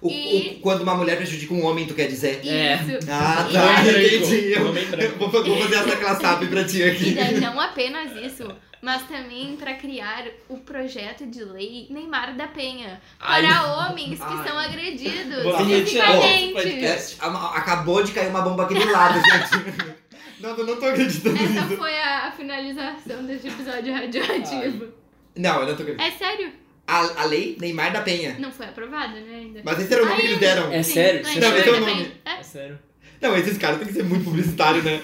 [SPEAKER 3] O-
[SPEAKER 1] E-
[SPEAKER 3] o- quando uma mulher prejudica um homem, tu quer dizer?
[SPEAKER 2] É.
[SPEAKER 1] Isso.
[SPEAKER 3] Ah,
[SPEAKER 1] E
[SPEAKER 3] tá,
[SPEAKER 1] é
[SPEAKER 2] Homem
[SPEAKER 3] entendi.
[SPEAKER 2] branco,
[SPEAKER 3] Eu
[SPEAKER 2] homem branco.
[SPEAKER 3] vou, vou fazer essa classap pra ti
[SPEAKER 1] E
[SPEAKER 3] aqui.
[SPEAKER 1] daí não apenas isso, mas também para criar o projeto de lei Neymar da Penha
[SPEAKER 2] Ai.
[SPEAKER 1] para homens que
[SPEAKER 3] Ai.
[SPEAKER 1] são agredidos
[SPEAKER 2] Vou lá.
[SPEAKER 3] Gente,
[SPEAKER 2] ó,
[SPEAKER 1] fisicamente.
[SPEAKER 2] podcast.
[SPEAKER 3] É, ama- acabou de cair uma bomba aqui do lado, gente. Não, eu não tô acreditando nisso.
[SPEAKER 1] Essa foi a, a finalização deste episódio radioativo.
[SPEAKER 3] Não, eu não tô acreditando.
[SPEAKER 1] É sério?
[SPEAKER 3] A, a lei Neymar da Penha.
[SPEAKER 1] Não foi aprovado, né, ainda.
[SPEAKER 3] Mas esse era o nome que eles deram.
[SPEAKER 2] É sério?
[SPEAKER 1] Não,
[SPEAKER 2] Isso é
[SPEAKER 1] Neymar
[SPEAKER 2] sério?
[SPEAKER 1] da
[SPEAKER 3] Não, esse é o
[SPEAKER 1] Penha. É.
[SPEAKER 2] É sério.
[SPEAKER 3] Não, esses caras têm que ser muito publicitário, né?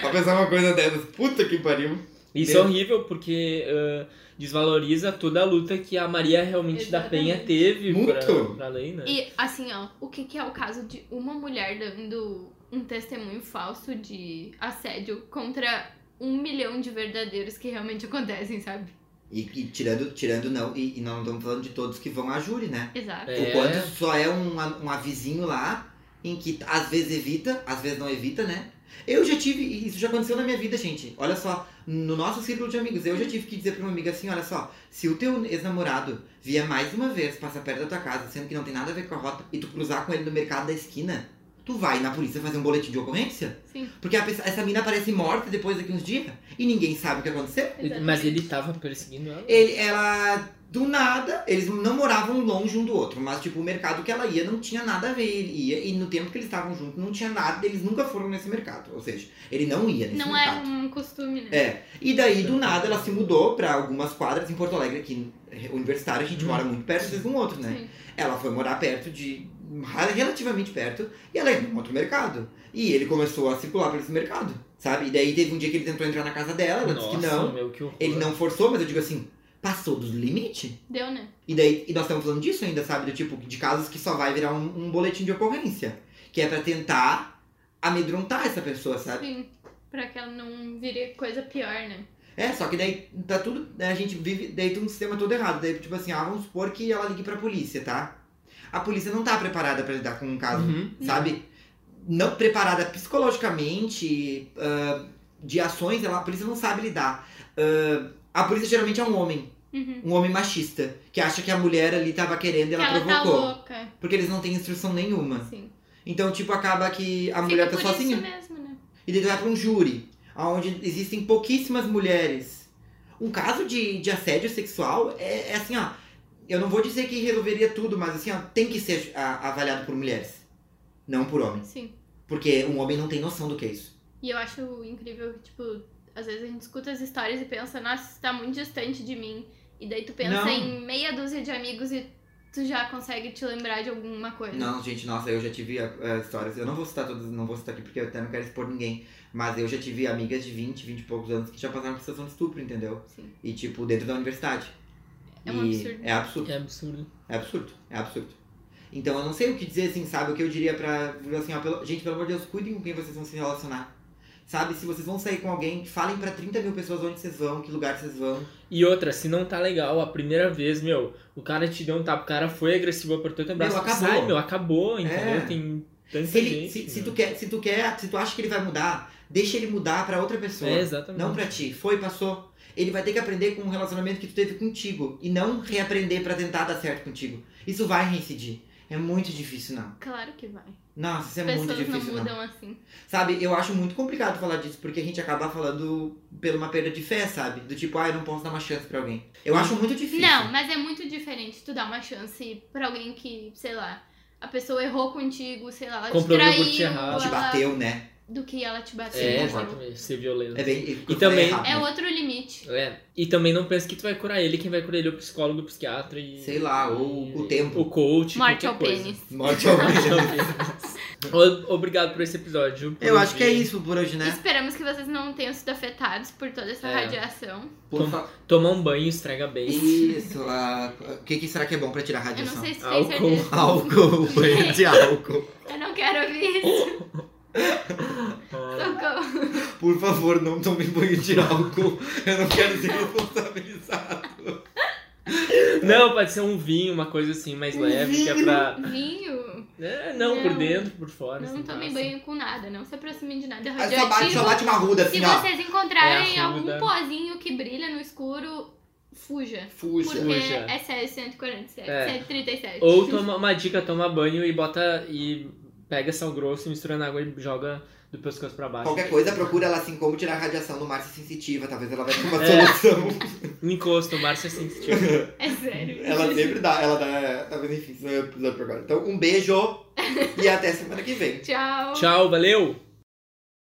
[SPEAKER 3] pra pensar uma coisa dessas. Puta que pariu.
[SPEAKER 2] Isso é
[SPEAKER 3] Meu-
[SPEAKER 2] horrível porque ah, desvaloriza toda a luta que a Maria realmente da Penha
[SPEAKER 1] Exatamente.
[SPEAKER 2] teve
[SPEAKER 3] Muito.
[SPEAKER 2] Pra, pra lei, né?
[SPEAKER 1] E assim, ó, o que, que é o caso de uma mulher dando um testemunho falso de assédio contra um milhão de verdadeiros que realmente acontecem, sabe?
[SPEAKER 3] E, e tirando, tirando não, e, e não estamos falando de todos que vão à júri, né?
[SPEAKER 1] Exato.
[SPEAKER 2] É.
[SPEAKER 3] O quanto só é um, a- um avisinho lá, em que às vezes evita, às vezes não evita, né? Eu já tive, e isso já aconteceu na minha vida, gente. Olha só, no nosso círculo de amigos, eu já tive que dizer pra uma amiga assim: olha só, se o teu ex-namorado vier mais uma vez passar perto da tua casa, sendo que não tem nada a ver com a rota, e tu cruzar com ele no mercado da esquina, tu vai na polícia fazer um boletim de ocorrência?
[SPEAKER 1] Sim.
[SPEAKER 3] Porque a pessoa- essa mina aparece morta depois daqui uns dias e ninguém sabe o que aconteceu.
[SPEAKER 1] Exatamente.
[SPEAKER 2] Mas
[SPEAKER 3] tá,
[SPEAKER 2] ele tava perseguindo ela.
[SPEAKER 3] Ele, ela, do nada, eles não moravam longe um do outro, mas tipo, o mercado que ela ia não tinha nada a ver. Ele ia, e no tempo que eles estavam juntos não tinha nada, eles nunca foram nesse mercado. Ou seja, ele não tá. ia nesse
[SPEAKER 1] Não é
[SPEAKER 3] mercado.
[SPEAKER 1] um costume, né?
[SPEAKER 3] É. E daí, do nada, ela se mudou pra algumas quadras em Porto Alegre, aqui universitário, a gente
[SPEAKER 2] Hum.
[SPEAKER 3] mora muito perto vocês um do outro, né?
[SPEAKER 1] Sim.
[SPEAKER 3] Ela foi morar perto de. relativamente perto, e ela ia num outro mercado. E ele começou a circular por esse mercado, sabe? E daí teve um dia que ele tentou entrar na casa dela, ela
[SPEAKER 2] Nossa,
[SPEAKER 3] disse que não.
[SPEAKER 2] meu, que horror.
[SPEAKER 3] Ele não forçou, mas eu digo assim, passou dos limites.
[SPEAKER 1] Deu, né?
[SPEAKER 3] E daí, e nós estamos falando disso ainda, sabe? Do tipo, de casos que só vai virar um, um boletim de ocorrência. Que é pra tentar amedrontar essa pessoa, sabe?
[SPEAKER 1] Sim. Pra que ela não vire coisa pior, né?
[SPEAKER 3] É, só que daí tá tudo. né, A gente vive. Daí tem um sistema todo errado. Daí, tipo assim, ah, vamos supor que ela ligue pra polícia, tá? A polícia não tá preparada pra lidar com um caso,
[SPEAKER 2] Uhum.
[SPEAKER 3] sabe? Não preparada psicologicamente, ah, de ações, ela, a polícia não sabe lidar. Ah, a polícia geralmente é um homem,
[SPEAKER 1] Uhum.
[SPEAKER 3] um homem machista, que acha que a mulher ali tava querendo e ela,
[SPEAKER 1] que ela
[SPEAKER 3] provocou.
[SPEAKER 1] tá louca.
[SPEAKER 3] Porque eles não têm instrução nenhuma.
[SPEAKER 1] Sim.
[SPEAKER 3] Então, tipo, acaba que a
[SPEAKER 1] Fica
[SPEAKER 3] mulher tá
[SPEAKER 1] por
[SPEAKER 3] sozinha.
[SPEAKER 1] isso mesmo, né?
[SPEAKER 3] E daí tu vai pra um júri, onde existem pouquíssimas mulheres. Um caso de, de assédio sexual é, é assim, ó. Eu não vou dizer que resolveria tudo, mas assim, ó, tem que ser a- avaliado por mulheres. Não por homens.
[SPEAKER 1] Sim.
[SPEAKER 3] Porque um homem não tem noção do que é isso.
[SPEAKER 1] E eu acho incrível que, tipo, às vezes a gente escuta as histórias e pensa, nossa, isso tá muito distante de mim. E daí tu pensa
[SPEAKER 3] Não.
[SPEAKER 1] em meia dúzia de amigos e tu já consegue te lembrar de alguma coisa.
[SPEAKER 3] Não, gente, nossa, eu já tive ah, histórias. Eu não vou citar todas, não vou citar aqui porque eu até não quero expor ninguém. Mas eu já tive amigas de 20, 20 e poucos anos que já passaram por situação de estupro, entendeu?
[SPEAKER 1] Sim.
[SPEAKER 3] E, tipo, dentro da universidade.
[SPEAKER 1] É um
[SPEAKER 3] E
[SPEAKER 1] absurdo.
[SPEAKER 2] É
[SPEAKER 3] É absurdo.
[SPEAKER 2] absurdo.
[SPEAKER 3] É absurdo. É absurdo. Então eu não sei o que dizer, assim, sabe? O que eu diria pra. Assim, ó, pelo- gente, pelo amor de Deus, cuidem com quem vocês vão se relacionar. Sabe? Se vocês vão sair com alguém, falem pra 30 mil pessoas onde vocês vão, que lugar vocês vão.
[SPEAKER 2] E outra, se não tá legal a primeira vez, meu, o cara te deu um tapa, o cara foi agressivo, apertou teu braço,
[SPEAKER 3] Meu, acabou.
[SPEAKER 2] sai, meu, acabou, entendeu?
[SPEAKER 3] É.
[SPEAKER 2] Tem tanta
[SPEAKER 3] Se, ele-
[SPEAKER 2] gente.
[SPEAKER 3] se- se
[SPEAKER 2] né?
[SPEAKER 3] tu quer, se tu quer, se tu acha que ele vai mudar, deixa ele mudar pra outra pessoa.
[SPEAKER 2] É, exatamente.
[SPEAKER 3] Não pra ti. Foi, passou. Ele vai ter que aprender com o relacionamento que tu teve contigo. E não reaprender pra tentar dar certo contigo. Isso vai reincidir. É muito difícil, não.
[SPEAKER 1] Claro que vai.
[SPEAKER 3] Nossa, isso é
[SPEAKER 1] As pessoas
[SPEAKER 3] muito
[SPEAKER 1] não
[SPEAKER 3] difícil, não.
[SPEAKER 1] mudam assim.
[SPEAKER 3] Sabe, eu acho muito complicado falar disso, porque a gente acaba falando pela uma perda de fé, sabe? Do tipo, ah, eu não posso dar uma chance pra alguém. Eu acho muito difícil.
[SPEAKER 1] Não, mas é muito diferente tu dar uma chance pra alguém que, sei lá, a pessoa errou contigo, sei lá, ela
[SPEAKER 2] Comprou
[SPEAKER 1] te
[SPEAKER 2] iogurte
[SPEAKER 1] traiu.
[SPEAKER 2] errado.
[SPEAKER 1] ou
[SPEAKER 3] Te
[SPEAKER 1] ela-
[SPEAKER 3] bateu, né?
[SPEAKER 1] Do que ela te bateu.
[SPEAKER 2] É,
[SPEAKER 1] entendeu?
[SPEAKER 2] exatamente. Ser violento.
[SPEAKER 3] É bem. eu falei
[SPEAKER 2] também-
[SPEAKER 3] errado,
[SPEAKER 1] É
[SPEAKER 3] né?
[SPEAKER 1] outro limite.
[SPEAKER 2] É. E também não pensa que tu vai curar ele, quem vai curar ele é o psicólogo, o psiquiatra e.
[SPEAKER 3] Sei lá, ou o tempo.
[SPEAKER 2] O coach.
[SPEAKER 1] Morte
[SPEAKER 2] qualquer
[SPEAKER 1] ao
[SPEAKER 2] coisa.
[SPEAKER 1] é pênis.
[SPEAKER 3] Morte ao
[SPEAKER 2] Morte ao pênis. O- Obrigado por esse episódio. por
[SPEAKER 3] Eu acho que é
[SPEAKER 2] ouvir.
[SPEAKER 3] isso por hoje, né?
[SPEAKER 1] Esperamos que vocês não tenham sido afetados por toda essa
[SPEAKER 2] É.
[SPEAKER 1] radiação.
[SPEAKER 3] Por fa-
[SPEAKER 2] Tomar um banho estraga bem.
[SPEAKER 3] Então, Isso. ah, O que, que será que é bom pra tirar a
[SPEAKER 1] Eu
[SPEAKER 3] radiação?
[SPEAKER 1] não sei se tem
[SPEAKER 2] Álcool.
[SPEAKER 1] certeza.
[SPEAKER 3] Álcool, banho de álcool.
[SPEAKER 1] Eu não quero ouvir isso.
[SPEAKER 2] Ah,
[SPEAKER 1] Socorro.
[SPEAKER 3] Por favor, não tomem banho de álcool. Eu não quero ser responsabilizado.
[SPEAKER 2] Não, pode ser um vinho, uma coisa assim, mais
[SPEAKER 3] Um
[SPEAKER 2] leve, que é
[SPEAKER 3] vinho.
[SPEAKER 2] pra.
[SPEAKER 1] Vinho.
[SPEAKER 2] É, não, por
[SPEAKER 1] Não.
[SPEAKER 2] dentro, por fora.
[SPEAKER 1] Não
[SPEAKER 2] assim,
[SPEAKER 1] tomem
[SPEAKER 2] passa.
[SPEAKER 1] banho com nada. Não se aproximem de nada
[SPEAKER 3] Ah, Só bate, só
[SPEAKER 1] radioativo.
[SPEAKER 3] bate uma ruda,
[SPEAKER 1] Se
[SPEAKER 3] assim, ó.
[SPEAKER 1] vocês encontrarem
[SPEAKER 2] É,
[SPEAKER 1] algum
[SPEAKER 2] ajuda.
[SPEAKER 1] pozinho que brilha no escuro, fuja. Porque
[SPEAKER 3] Fuja.
[SPEAKER 2] Fuja.
[SPEAKER 1] é sério 147,
[SPEAKER 2] É.
[SPEAKER 1] 137.
[SPEAKER 2] Ou toma uma dica, toma banho e bota. e pega sal grosso, mistura na água e joga do pescoço pra baixo.
[SPEAKER 3] Qualquer coisa, procura ela assim como tirar a radiação do Márcia Sensitiva. Talvez ela vai ter uma
[SPEAKER 2] É.
[SPEAKER 3] solução.
[SPEAKER 2] Um encosto, Márcia sensitiva.
[SPEAKER 1] É sério.
[SPEAKER 3] Ela sempre dá, ela dá. Talvez enfim, isso não é episódio pra agora. Então, um beijo e até semana que vem.
[SPEAKER 1] Tchau.
[SPEAKER 2] Tchau, valeu!